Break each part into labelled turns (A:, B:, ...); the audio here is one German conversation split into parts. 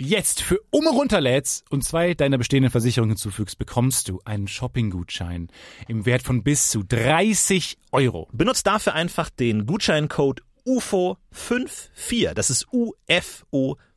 A: jetzt für Umme runterlädst und zwei deiner bestehenden Versicherungen hinzufügst, bekommst du einen Shopping-Gutschein im Wert von bis zu 30 Euro.
B: Benutzt dafür einfach den Gutscheincode UFO54, das ist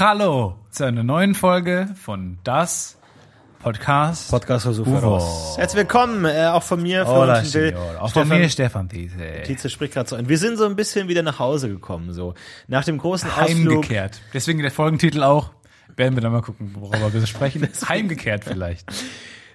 A: Hallo zu einer neuen Folge von Das Podcast. also
C: Podcast-Versuch
A: Uvo.
B: Herzlich willkommen, äh, auch von mir,
C: Hola,
B: Florentin Will.
C: Senor. Auch
A: Von
B: Stefan
A: mir Stefan Diese.
B: Tietze spricht gerade so ein. Wir sind so ein bisschen wieder nach Hause gekommen, so. Nach dem großen Ausflug.
A: Heimgekehrt. Deswegen der Folgentitel auch. Werden wir dann mal gucken, worüber wir so sprechen. Heimgekehrt vielleicht.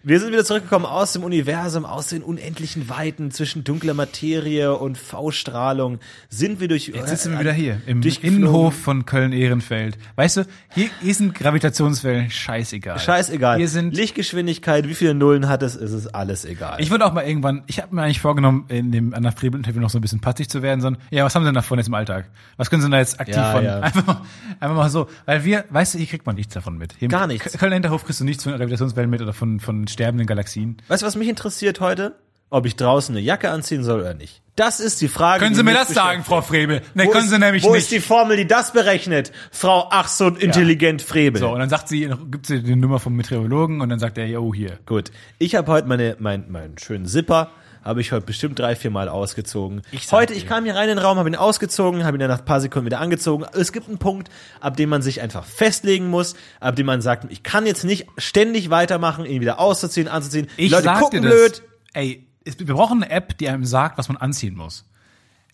B: Wir sind wieder zurückgekommen aus dem Universum, aus den unendlichen Weiten zwischen dunkler Materie und V-Strahlung. Sind wir durch...
A: Jetzt sitzen wir wieder hier im
B: durchgeflogen.
A: Innenhof von Köln-Ehrenfeld. Weißt du, hier, hier sind Gravitationswellen scheißegal.
B: Scheißegal.
A: Hier sind
B: Lichtgeschwindigkeit, wie viele Nullen hat es, ist es alles egal.
A: Ich würde auch mal irgendwann, ich habe mir eigentlich vorgenommen, in dem Anna Friebel Interview noch so ein bisschen patzig zu werden, sondern ja, was haben sie denn davon jetzt im Alltag? Was können sie denn da jetzt aktiv
B: Ja,
A: von?
B: ja.
A: Einfach, mal, einfach mal so, weil wir, weißt du, hier kriegt man nichts davon mit. Hier im
B: Gar nichts.
A: K- Kölner Hinterhof kriegst du nichts von Gravitationswellen mit oder von von sterbenden Galaxien.
B: Weißt du, was mich interessiert heute? Ob ich draußen eine Jacke anziehen soll oder nicht. Das ist die Frage.
A: Können
B: die
A: Sie mir
B: mich
A: das sagen,
B: beschäftigt.
A: Frau Frebel? Ne,
B: Wo
A: können
B: ist,
A: Sie nämlich
B: wo
A: nicht.
B: ist die Formel, die das berechnet? Frau ach so intelligent Frebel.
A: so, und dann sagt sie, gibt sie die Nummer vom Meteorologen und dann sagt er, yo, hier.
B: Gut. Ich habe heute meine, mein, meinen schönen Zipper, habe ich heute bestimmt drei, vier Mal ausgezogen. heute, ich kam hier rein in den Raum, habe ihn ausgezogen, habe ihn dann nach ein paar Sekunden wieder angezogen. Es gibt einen Punkt, ab dem man sich einfach festlegen muss, ab dem man sagt, ich kann jetzt nicht ständig weitermachen, ihn wieder auszuziehen, anzuziehen. Die
A: Ich
B: Leute
A: sag
B: gucken
A: dir das.
B: blöd.
A: Ey, es, wir brauchen eine App, die einem sagt, was man anziehen muss.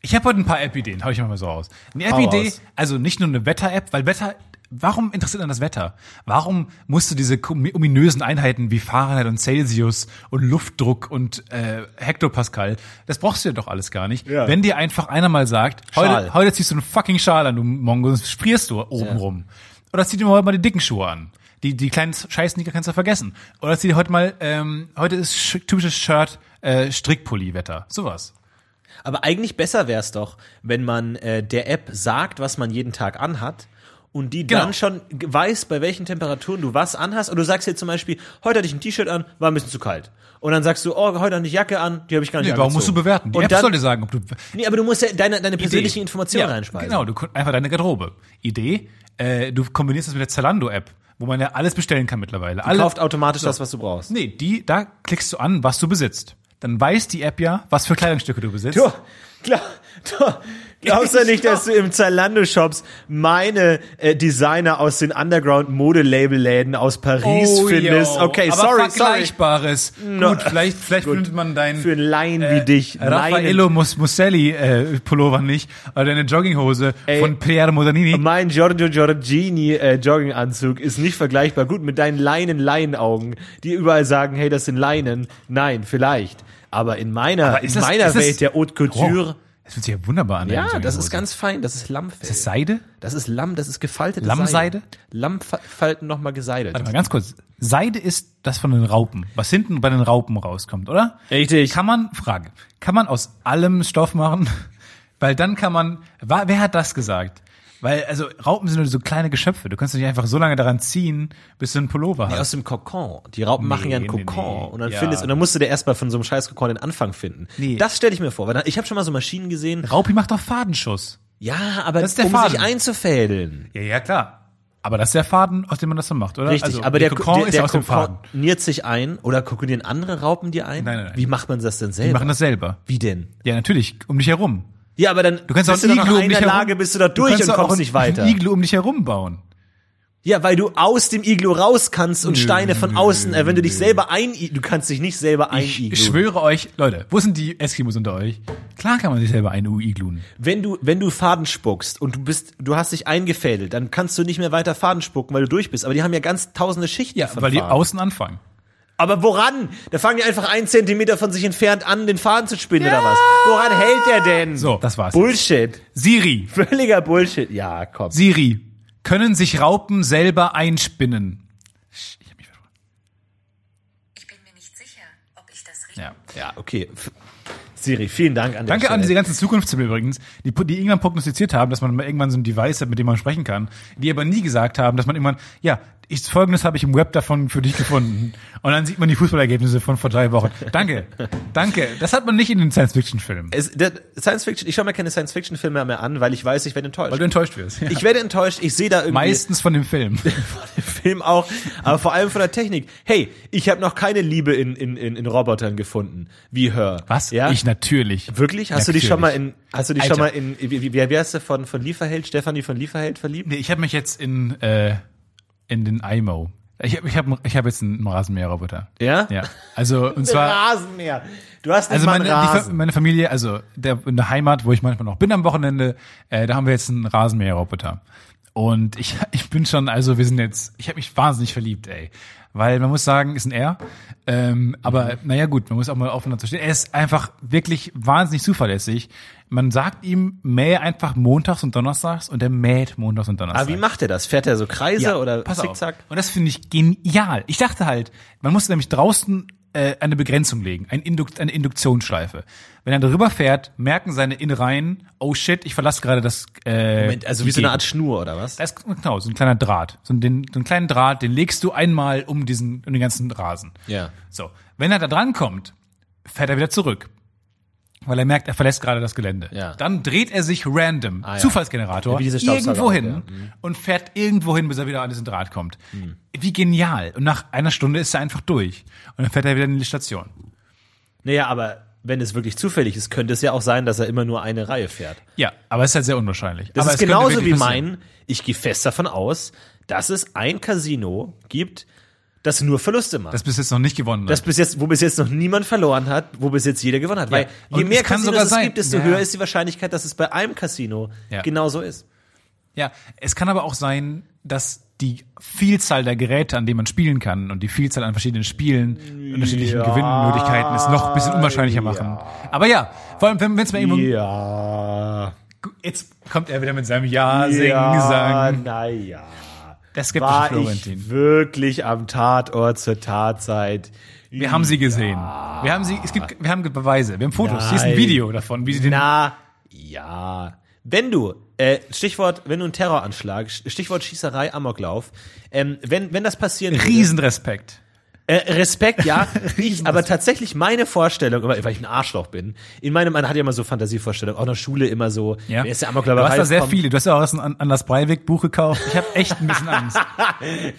A: Ich habe heute ein paar App-Ideen, hau ich mal so aus. Eine
B: Hau
A: App-Idee,
B: raus.
A: also nicht nur eine Wetter-App, weil Wetter, warum interessiert einen das Wetter? Warum musst du diese kom- ominösen Einheiten wie Fahrenheit und Celsius und Luftdruck und äh, Hektopascal, das brauchst du ja doch alles gar nicht.
B: Ja.
A: Wenn dir einfach einer mal sagt,
B: Schal.
A: heute, heute ziehst du einen fucking Schal an, du Mongo, sonst frierst du oben rum. Oder zieh dir heute mal die dicken Schuhe an. Die, die kleinen Scheißsneaker kannst du vergessen. Oder zieh dir heute mal, ähm, heute ist sch typisches Shirt, äh, Strickpulli-Wetter. Sowas.
B: Aber eigentlich besser wäre es doch, wenn man äh, der App sagt, was man jeden Tag anhat. Und die
A: Genau.
B: dann schon g- weiß, bei welchen Temperaturen du was anhast. Und du sagst dir zum Beispiel, heute hatte ich ein T-Shirt an, war ein bisschen zu kalt. Und dann sagst du, oh, heute hatte ich Jacke an, die habe ich gar nicht
A: Nee, warum musst du bewerten? Die
B: Und
A: App
B: dann,
A: soll dir sagen, ob du
B: nee, aber du musst ja deine, deine persönliche
A: Idee.
B: Information reinspeisen.
A: Genau, du kon- einfach deine Garderobe. Idee, äh, du kombinierst das mit der Zalando-App, wo man ja alles bestellen kann mittlerweile. Alle,
B: Kauft automatisch das, was du brauchst.
A: nee, die, da klickst du an, was du besitzt. Dann weiß die App ja, was für Kleidungsstücke du besitzt.
B: Jo, Klar. Doch. Glaubst du nicht, dass du im Zalando-Shops meine äh, Designer aus den Underground-Mode-Label-Läden aus Paris
D: Oh,
B: findest?
D: yo.
B: Okay,
D: Aber
B: sorry, sorry.
D: Vergleichbares. Gut, vielleicht, vielleicht findet man deinen
B: Für einen Laien wie dich.
D: Raffaello Mus Muselli äh, Pullover nicht, aber deine Jogginghose von Pierre Modanini.
B: Mein Giorgio Giorgini äh, Jogginganzug ist nicht vergleichbar gut mit deinen leinen Laienaugen, die überall sagen, hey, das sind Leinen. Nein, vielleicht. Aber in meiner,
D: Aber ist
B: in
D: das-
B: meiner
D: ist das-
B: Welt der Haute Couture.
D: Das fühlt sich ja wunderbar an.
B: Ja,
D: deine
B: das ist
D: Jogginghose.
B: ganz fein. Das ist Lammfell.
D: Das ist Seide?
B: Das ist Lamm, das ist gefaltete
D: Lammseide?
B: Seide. Lammfalten nochmal geseidelt.
D: Warte mal, ganz kurz. Seide ist das von den Raupen, was hinten bei den Raupen rauskommt, oder?
B: Richtig.
D: Kann man, Frage, kann man aus allem Stoff machen? Weil dann kann man, wa- wer hat das gesagt? Weil, also Raupen sind nur so kleine Geschöpfe. Du kannst dich einfach so lange daran ziehen, bis du einen Pullover
B: Ja,
D: hast.
B: aus dem Kokon. Die Raupen machen ja einen
D: nee, nee.
B: Kokon und dann
D: Ja.
B: findest und dann musst du dir erstmal von so einem scheiß Kokon den Anfang finden.
D: Nee.
B: Das stelle ich mir vor, weil dann, ich habe schon mal so Maschinen gesehen.
D: Raupi macht doch Fadenschuss.
B: Ja, aber
D: Das ist der
B: um
D: Faden.
B: sich einzufädeln.
D: Ja, ja, klar. Aber das ist der Faden, aus dem man das dann macht, oder?
B: Richtig,
D: also,
B: aber der,
D: Kokon
B: der,
D: ist
B: der
D: aus dem Faden.
B: niert sich ein oder kokonieren andere Raupen dir ein?
D: Nein, nein, nein.
B: Wie macht man das denn selber?
D: Die machen das selber.
B: Wie denn?
D: Ja, natürlich, um dich herum.
B: Ja, aber dann
D: Du kannst
B: bist
D: auch
B: du
D: ein
B: doch
D: Iglu
B: noch
D: um
B: in
D: dich
B: der
D: herum.
B: Lage, bist du da
D: du
B: durch und
D: kannst auch
B: kommst
D: ein-
B: nicht weiter.
D: Ein Iglu um dich herum bauen.
B: Ja, weil du aus dem Iglu raus kannst und Steine von außen, äh, wenn du dich selber ein, du kannst dich nicht selber ein
D: Ich schwöre euch, Leute, wo sind die Eskimos unter euch? Klar kann man sich selber ein UI gluen.
B: Wenn du, wenn du Faden spuckst und du bist, du hast dich eingefädelt, dann kannst du nicht mehr weiter Faden spucken, weil du durch bist. Aber die haben ja ganz tausende Schichten von
D: weil die
B: Faden.
D: außen anfangen.
B: Aber woran? Da fangen die einfach einen Zentimeter von sich entfernt an, den Faden zu spinnen oder was? Woran hält der denn?
D: So, das war's.
B: Bullshit.
D: Siri,
B: Völliger Bullshit. Ja, komm.
D: Siri, können sich Raupen selber einspinnen? Sch, Ich hab mich versprochen.
C: Ich bin mir nicht sicher, ob ich das richtig
D: Ja.
B: Ja, okay. F- Siri, vielen Dank an der
D: Danke an
B: Stelle.
D: diese ganzen Zukunftsziele übrigens, die, die irgendwann prognostiziert haben, dass man mal irgendwann so ein Device hat, mit dem man sprechen kann, die aber nie gesagt haben, dass man irgendwann, ja, ich, folgendes habe ich im Web davon für dich gefunden. Und dann sieht man die Fußballergebnisse von vor drei Wochen. Danke, danke. Das hat man nicht in den Science-Fiction-Filmen,
B: Es, der, Science Fiction, ich schaue mir keine Science Fiction Filme mehr an, weil ich weiß, ich werde enttäuscht.
D: weil du enttäuscht wirst. Ja.
B: ich werde enttäuscht, ich sehe da irgendwie
D: Meistens von dem Film.
B: Film auch, aber vor allem von der Technik. Hey, ich habe noch keine Liebe in, in, in, in Robotern gefunden, wie Her.
D: Was?
B: Ja?
D: Ich natürlich.
B: Wirklich? Hast du dich
D: Natürlich.
B: schon mal in, hast du dich schon
D: Alter.
B: mal in, wie, wie, wie heißt der von, von Lieferheld, Stefanie von Lieferheld verliebt?
D: Nee, ich habe mich jetzt in, äh, in den IMO. Ich habe ich hab, ich hab jetzt einen Rasenmäherroboter.
B: Ja?
D: Ja. Also, und zwar.
B: Rasenmäher. Du hast nicht
D: Also
B: mal einen
D: meine, die, Fa-
B: Rasen.
D: meine Familie, also der, in der Heimat, wo ich manchmal noch bin am Wochenende, äh, da haben wir jetzt einen Rasenmäherroboter. Und ich, ich bin schon, also wir sind jetzt, ich habe mich wahnsinnig verliebt, ey. Weil man muss sagen, ist ein R. Ähm, aber naja gut, man muss auch mal offen dazu stehen. Er ist einfach wirklich wahnsinnig zuverlässig. Man sagt ihm, mähe einfach montags und donnerstags und er mäht montags und donnerstags.
B: aber wie macht er das? Fährt er so Kreise
D: Ja,
B: oder
D: pass
B: Zickzack?
D: Auf. Und das finde ich genial. Ich dachte halt, man muss nämlich draußen äh, eine Begrenzung legen, ein Induk eine Induktionsschleife. Wenn er darüber fährt, merken seine Innereien, oh shit, ich verlasse gerade das. Äh,
B: Moment, also wie
D: die
B: so eine
D: Gegend.
B: Art Schnur oder was?
D: Da ist genau, so ein kleiner Draht. So, ein- den, so einen kleinen Draht, den legst du einmal um diesen, um den ganzen Rasen.
B: Ja.
D: So. Wenn er da dran kommt, fährt er wieder zurück. Weil er merkt, er verlässt gerade das Gelände.
B: Ja. Ah,
D: Dann dreht er sich random,
B: ja.
D: Zufallsgenerator,
B: Wie diese Staubsauger
D: irgendwo
B: auch,
D: hin
B: ja. Mhm.
D: und fährt irgendwo hin, bis er wieder an diesen Draht kommt. Wie genial. Und nach einer Stunde ist er einfach durch. Und dann fährt er wieder in die Station.
B: Naja, aber wenn es wirklich zufällig ist, könnte es ja auch sein, dass er immer nur eine Reihe fährt.
D: Ja, aber es ist halt sehr unwahrscheinlich.
B: Das
D: aber
B: ist
D: es könnte
B: genauso
D: wirklich
B: wie
D: passieren.
B: mein, ich gehe fest davon aus, dass es ein Casino gibt, das nur Verluste macht.
D: Das bis jetzt noch nicht gewonnen hat.
B: das bis jetzt, wo bis jetzt noch niemand verloren hat, wo bis jetzt jeder gewonnen hat. Weil je
D: Und
B: mehr
D: es kann
B: Casinos
D: sogar
B: es
D: sein-
B: gibt, desto
D: Ja.
B: höher ist die Wahrscheinlichkeit, dass es bei einem Casino
D: Ja.
B: genauso ist.
D: Ja, es kann aber auch sein, dass die Vielzahl der Geräte, an denen man spielen kann und die Vielzahl an verschiedenen Spielen, unterschiedlichen Gewinnmöglichkeiten es noch ein bisschen unwahrscheinlicher machen. Aber ja, vor allem, wenn es mal irgendwo...
B: Ja.
D: Jetzt kommt er wieder mit seinem Ja, Singen,
B: ja,
D: Gesang.
B: naja.
D: Der skeptische
B: War
D: Florentin.
B: ich wirklich am Tatort zur Tatzeit?
D: Wir haben sie gesehen. Wir haben sie, es gibt, wir haben Beweise. Wir haben Fotos. Hier ist ein
B: Nein.
D: Video davon, wie sie den...
B: Na, ja. Wenn du, äh, Stichwort, wenn du einen Terroranschlag, Stichwort Schießerei, Amoklauf, ähm, wenn, wenn das passieren würde,
D: Riesenrespekt.
B: Äh, Respekt, ja. ich, aber tatsächlich meine Vorstellung, weil weil ich ein Arschloch bin, in meinem, man hat ja immer so Fantasievorstellungen, auch in der Schule immer so,
D: Ja.
B: wer ist der
D: du
B: Amoklaber
D: hast da sehr
B: reingekommen?
D: viele. Du hast ja auch das an, an das Breivik-Buch gekauft. Ich habe echt ein bisschen Angst.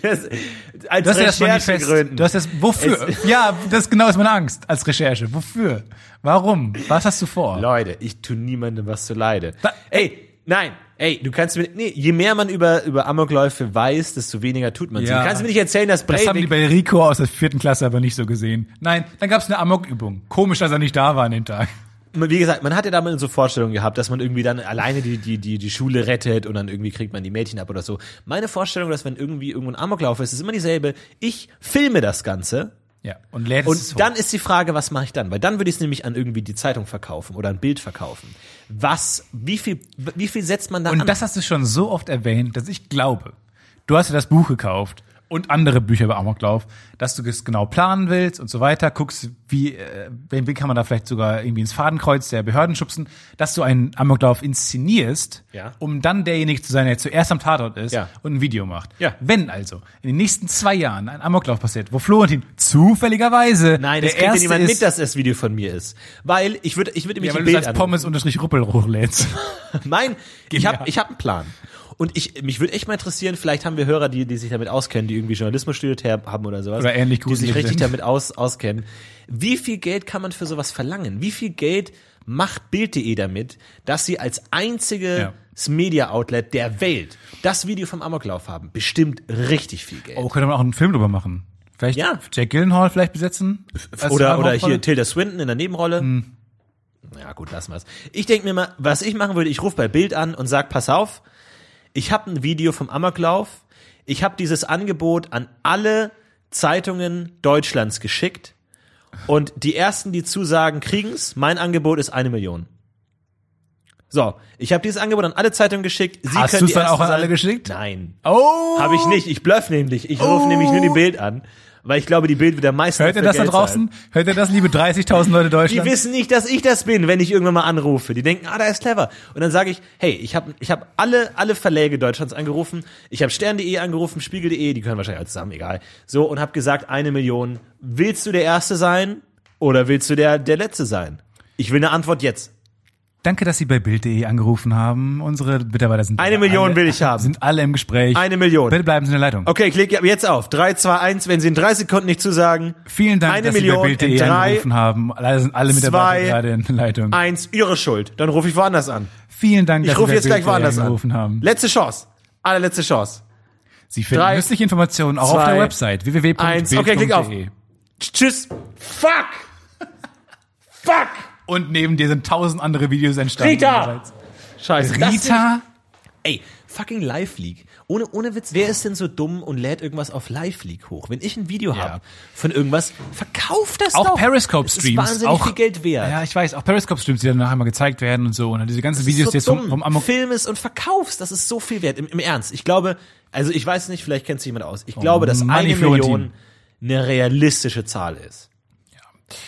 B: Das, als
D: Du hast ja das Manifest.
B: Recherchegründen.
D: Du hast das, wofür? ja, das genau ist meine Angst als Recherche. Wofür? Warum? Was hast du vor?
B: Leute, ich tu niemandem was zu leide.
D: Da-
B: ey, nein, ey, du kannst mir, nee, je mehr man über, über Amokläufe weiß, desto weniger tut man sie.
D: Ja.
B: Du kannst mir nicht erzählen, dass
D: Das haben die
B: Breivik,
D: bei Rico aus der vierten Klasse aber nicht so gesehen. Nein, dann gab es eine Amokübung. Komisch, dass er nicht da war an dem Tag.
B: wie gesagt, man hat ja damals so Vorstellungen gehabt, dass man irgendwie dann alleine die, die, die, die Schule rettet und dann irgendwie kriegt man die Mädchen ab oder so. Meine Vorstellung, dass wenn irgendwie irgendwo ein Amoklauf ist, ist immer dieselbe. Ich filme das Ganze.
D: Ja, und lädt es hoch.
B: Und dann ist die Frage, was mache ich dann? Weil dann würde ich es nämlich an irgendwie die Zeitung verkaufen oder ein Bild verkaufen. Was, wie viel, wie viel setzt man da an?
D: Und das hast du schon so oft erwähnt, dass ich glaube, du hast ja das Buch gekauft und andere Bücher über Amoklauf, dass du es genau planen willst und so weiter, guckst, wie, äh, wen wen kann man da vielleicht sogar irgendwie ins Fadenkreuz der Behörden schubsen, dass du einen Amoklauf inszenierst,
B: Ja.
D: um dann derjenige zu sein, der zuerst am Tatort ist
B: Ja.
D: und ein Video macht.
B: Ja.
D: Wenn also in den nächsten zwei Jahren ein Amoklauf passiert, wo Florentin zufälligerweise
B: Nein, das
D: der
B: kriegt ja
D: erste
B: niemand
D: ist,
B: mit, dass das Video von mir ist. Weil ich würde ich würde mich
D: ja,
B: ein
D: weil du
B: Bild
D: sagst,
B: an.
D: Pommes-Ruppel hochlädst.
B: Nein, ich
D: Genial.
B: habe ich hab einen Plan. Und ich, mich würde echt mal interessieren, vielleicht haben wir Hörer, die, die sich damit auskennen, die irgendwie Journalismus studiert haben oder sowas.
D: Oder ähnlich
B: Die sich
D: gruselig
B: richtig
D: sind.
B: damit aus, auskennen. Wie viel Geld kann man für sowas verlangen? Wie viel Geld macht Bild.de damit, dass sie als einziges Media-Outlet der Welt das Video vom Amoklauf haben? Bestimmt richtig viel Geld.
D: Oh, könnte man auch einen Film drüber machen. Vielleicht
B: Ja.
D: Jack Gyllenhaal vielleicht besetzen? Als
B: Oder, oder
D: Hauptrolle? Hm.
B: hier Tilda Swinton in der Nebenrolle. Ja, gut, lassen wir's. Ich denke mir mal, was ich machen würde, ich rufe bei Bild an und sag, pass auf, ich habe ein Video vom Amoklauf. Ich habe dieses Angebot an alle Zeitungen Deutschlands geschickt. Und die ersten, die zusagen, kriegen's. Mein Angebot ist eine Million. So, ich habe dieses Angebot an alle Zeitungen geschickt. Sie
D: Hast
B: können
D: du's
B: die
D: dann
B: Ersten
D: auch an
B: sein.
D: alle geschickt?
B: Nein.
D: Oh!
B: Habe ich nicht. Ich bluff nämlich. Ich rufe nämlich nur die Bild an. Weil ich glaube, die Bild wird am meisten
D: Hört ihr
B: dafür
D: das da
B: Geld zahlen.
D: draußen? Hört ihr das, liebe 30.000 Leute
B: Die
D: Deutschland?
B: wissen nicht, dass ich das bin, wenn ich irgendwann mal anrufe. Die denken, ah, da ist clever. Und dann sage ich, hey, ich habe ich hab alle, alle Verläge Deutschlands angerufen. Ich habe stern.de angerufen, spiegel.de, die können wahrscheinlich alle zusammen, egal. So, und habe gesagt, eine Million. Willst du der Erste sein oder willst du der, der Letzte sein? Ich will eine Antwort jetzt.
D: Danke, dass Sie bei Bild.de angerufen haben. Unsere Mitarbeiter sind
B: Eine
D: alle-
B: Million will ich haben.
D: Sind alle im Gespräch.
B: Eine Million.
D: Bitte bleiben Sie in der Leitung.
B: Okay, ich lege ab jetzt auf. Drei, zwei, eins. wenn Sie in drei Sekunden nicht zusagen.
D: Vielen Dank,
B: Eine
D: dass
B: Million
D: Sie bei
B: in
D: Bild.de
B: drei,
D: angerufen haben. Leider sind alle Mitarbeiter
B: zwei,
D: gerade in der Leitung.
B: Eins, Ihre Schuld. Dann rufe ich woanders an.
D: Vielen Dank,
B: Ich
D: dass Sie
B: rufe
D: bei
B: jetzt gleich
D: Bild.de
B: woanders
D: angerufen
B: an.
D: haben.
B: Letzte Chance. Allerletzte Chance.
D: Sie finden
B: Drei,
D: nützliche Informationen auch auf
B: zwei,
D: der Website
B: eins. Okay, klick auf.
D: www.bild.de.
B: Tschüss. Fuck! Fuck!
D: Und neben dir sind tausend andere Videos entstanden.
B: Rita! Scheiße. das ist-
D: Rita?
B: Ey, fucking Live League. Ohne, ohne Witz, wer ist denn so dumm und lädt irgendwas auf Live League hoch? Wenn ich ein Video habe von irgendwas, verkauf das
D: auch
B: doch.
D: Periscope-Streams.
B: Das ist wahnsinnig
D: auch,
B: viel Geld wert.
D: Ja, ich weiß, auch Periscope-Streams, die dann nachher mal gezeigt werden und so. Und dann diese ganzen Videos, die jetzt vom, vom Amok...
B: Film ist und verkaufst, das ist so viel wert. Im, Im Ernst, ich glaube, also ich weiß nicht, vielleicht kennt sich jemand aus. Ich glaube, dass
D: Mann,
B: eine
D: die Oh Florentin.
B: Million eine realistische Zahl ist.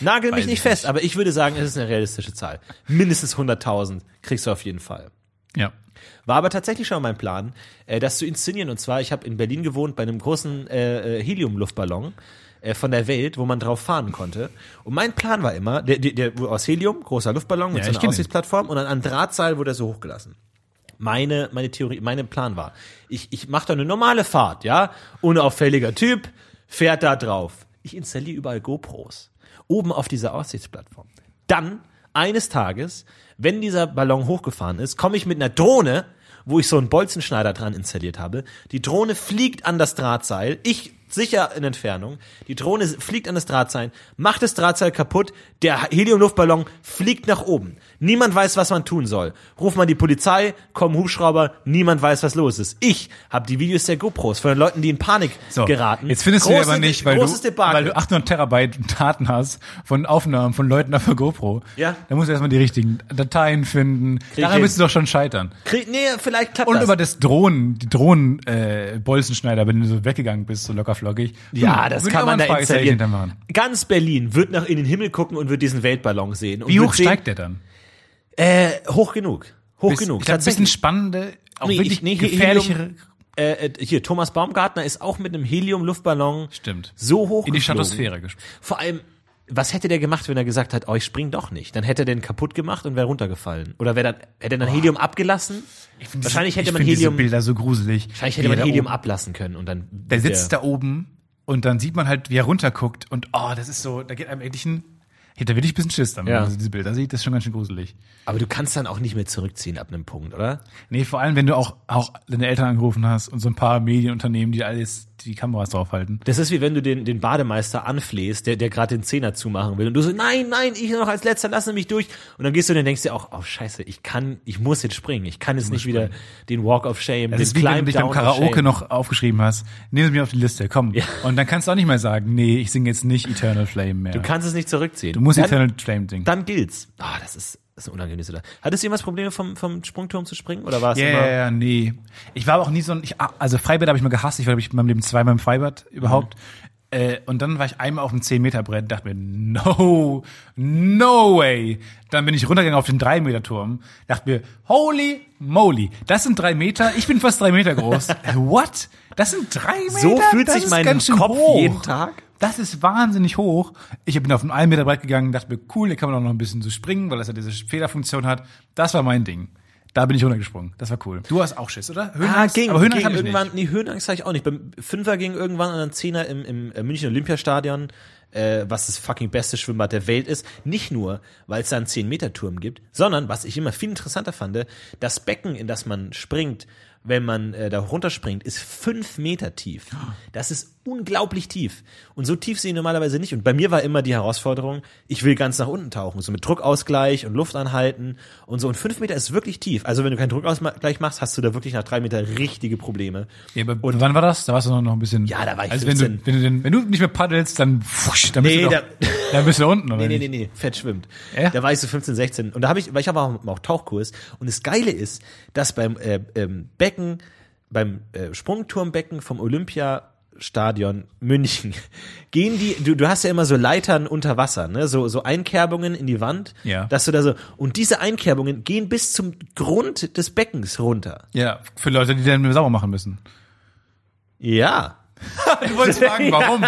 B: Nagel mich
D: weiß
B: nicht
D: ich
B: fest, aber ich würde sagen, es ist eine realistische Zahl. Mindestens 100.000 kriegst du auf jeden Fall.
D: Ja.
B: War aber tatsächlich schon mein Plan, äh, das zu inszenieren. Und zwar, ich habe in Berlin gewohnt bei einem großen äh, äh, Helium-Luftballon äh, von der Welt, wo man drauf fahren konnte. Und mein Plan war immer, der, der, der wurde aus Helium, großer Luftballon mit
D: Ja,
B: so
D: ich
B: einer
D: kenn ihn.
B: Aussichtsplattform und an einem Drahtseil wurde er so hochgelassen. Meine, meine Theorie, mein Plan war, ich, ich mache da eine normale Fahrt, ja, unauffälliger Typ, fährt da drauf. Ich installiere überall GoPros, oben auf dieser Aussichtsplattform. Dann, eines Tages, wenn dieser Ballon hochgefahren ist, komme ich mit einer Drohne, wo ich so einen Bolzenschneider dran installiert habe. Die Drohne fliegt an das Drahtseil, ich sicher in Entfernung. Die Drohne fliegt an das Drahtseil, macht das Drahtseil kaputt, der Heliumluftballon fliegt nach oben. Niemand weiß, was man tun soll. Ruft man die Polizei, kommen Hubschrauber, niemand weiß, was los ist. Ich habe die Videos der GoPros von den Leuten, die in Panik
D: So,
B: geraten.
D: jetzt findest du
B: Große-
D: die aber nicht, weil du,
B: großes Debakel.
D: weil du 800 Terabyte Daten hast von Aufnahmen von Leuten auf der GoPro.
B: Ja.
D: Da musst du erstmal die richtigen Dateien finden. Daran
B: hin.
D: wirst du doch schon scheitern.
B: Krieg, nee, vielleicht klappt
D: Und
B: das.
D: über das Drohnen, die Drohnen, äh, Bolzenschneider, wenn du so weggegangen bist, so Hm, lockerflockig.
B: ja, das kann man da installieren.
D: Machen.
B: Ganz Berlin wird nach in den Himmel gucken und wird diesen Weltballon sehen. Und
D: Wie
B: wird
D: hoch
B: sehen,
D: steigt der dann?
B: Äh, hoch genug. Hoch genug.
D: Ich glaub, ein bisschen
B: tatsächlich.
D: spannende, auch
B: Nee,
D: wirklich
B: ich- nee, Helium-
D: gefährlichere
B: äh, äh, hier, Thomas Baumgartner ist auch mit einem Helium-Luftballon
D: Stimmt.
B: so hoch
D: In die
B: geflogen.
D: Stratosphäre gesprungen.
B: Vor allem, was hätte der gemacht, wenn er gesagt hat, oh, ich spring doch nicht? Dann hätte er den kaputt gemacht und wäre runtergefallen. Oder wäre dann, hätte er dann Helium abgelassen? Wahrscheinlich hätte
D: ich
B: man
D: find
B: Helium,
D: Diese Bilder so gruselig.
B: wahrscheinlich hätte
D: Wie er
B: man
D: da
B: Helium
D: oben-
B: ablassen können und dann.
D: um- Der sitzt da oben und dann sieht man halt, wie er runterguckt und oh, das ist so, da geht einem wirklich ein, hätte da wirklich ein bisschen Schiss dann, wenn
B: Ja.
D: man so diese Bilder sieht, das ist schon ganz schön gruselig.
B: Aber du kannst dann auch nicht mehr zurückziehen ab einem Punkt, oder?
D: Nee, vor allem, wenn du auch, auch deine Eltern angerufen hast und so ein paar Medienunternehmen, die alles, die Kameras draufhalten.
B: Das ist wie wenn du den, den Bademeister anflehst, der, der gerade den Zehner zumachen will und du so, nein, nein, ich noch als letzter, lass mich durch. Und dann gehst du und dann denkst dir auch, oh scheiße, ich kann, ich muss jetzt springen. Ich kann jetzt nicht wieder den Walk of Shame,
D: Das
B: den
D: ist wie wenn du
B: Climb
D: dich beim
B: Down of
D: Karaoke
B: Shame.
D: noch aufgeschrieben hast. Nehmen Sie mich auf die Liste, komm. Und dann kannst du auch nicht mehr sagen, nee, ich singe jetzt nicht Eternal Flame mehr. Du,
B: Du kannst es nicht zurückziehen. Du
D: musst
B: dann,
D: Eternal Flame singen.
B: dann gilt's. Ah, das ist, das ist ein unangenehmes oder. Hattest du jemals Probleme vom, vom Sprungturm zu springen oder war es
D: Ja,
B: immer?
D: ja, ja, nee. Ich war aber auch nie so ein, ich, also Freibad habe ich mal gehasst. Ich war, glaube ich, in meinem Leben zweimal im Freibad
B: Mhm.
D: überhaupt. Äh, und dann war ich einmal auf dem 10-Meter-Brett und dachte mir, no, no way. Dann bin ich runtergegangen auf den 3-Meter-Turm. Dachte mir, holy moly, das sind drei Meter. Ich bin fast drei Meter groß. Äh, What? Das sind drei Meter?
B: So fühlt
D: das
B: sich
D: ist
B: mein
D: ganz schön
B: Kopf
D: hoch.
B: jeden Tag.
D: Das ist wahnsinnig hoch. Ich bin auf den 1 Meter breit gegangen, dachte mir, cool, hier kann man auch noch ein bisschen so springen, weil das ja diese Federfunktion hat. Das war mein Ding. Da bin ich runtergesprungen. Das war cool. Du hast auch Schiss, oder?
B: Ah, ging.
D: aber Höhenangst
B: ging
D: habe ich
B: irgendwann, Nee,
D: nicht.
B: Höhenangst hatte ich auch nicht. Beim Fünfer ging irgendwann und dann Zehner im, im äh, München Olympiastadion, äh, was das fucking beste Schwimmbad der Welt ist. Nicht nur, weil es da einen 10-Meter-Turm gibt, sondern, was ich immer viel interessanter fand, das Becken, in das man springt, wenn man äh, da runterspringt, ist fünf Meter tief. Das ist unglaublich tief. Und so tief sind die normalerweise nicht. Und bei mir war immer die Herausforderung, ich will ganz nach unten tauchen, so mit Druckausgleich und Luft anhalten und so. Und fünf Meter ist wirklich tief. Also wenn du keinen Druckausgleich machst, hast du da wirklich nach drei Meter richtige Probleme.
D: Ja, aber wann war das? Da warst du noch, noch ein bisschen.
B: Ja, da war ich
D: also wenn du,
B: 14.
D: wenn, du den, wenn du nicht mehr paddelst, dann, pfusch, dann, bist,
B: Nee,
D: du doch,
B: da-
D: dann bist du da unten, oder?
B: Nee, nee,
D: nicht?
B: nee, nee, fett schwimmt.
D: Ja?
B: Da war ich so 15, 16. Und da habe ich, weil ich habe auch, auch Tauchkurs. Und das Geile ist, dass beim äh, ähm, Becken, beim äh, Sprungturmbecken vom Olympiastadion München gehen die, du, du hast ja immer so Leitern unter Wasser, ne? So, so Einkerbungen in die Wand,
D: Ja.
B: dass du da so, und diese Einkerbungen gehen bis zum Grund des Beckens runter.
D: Ja, für Leute, die dann sauber machen müssen.
B: Ja.
D: Du wolltest fragen, warum?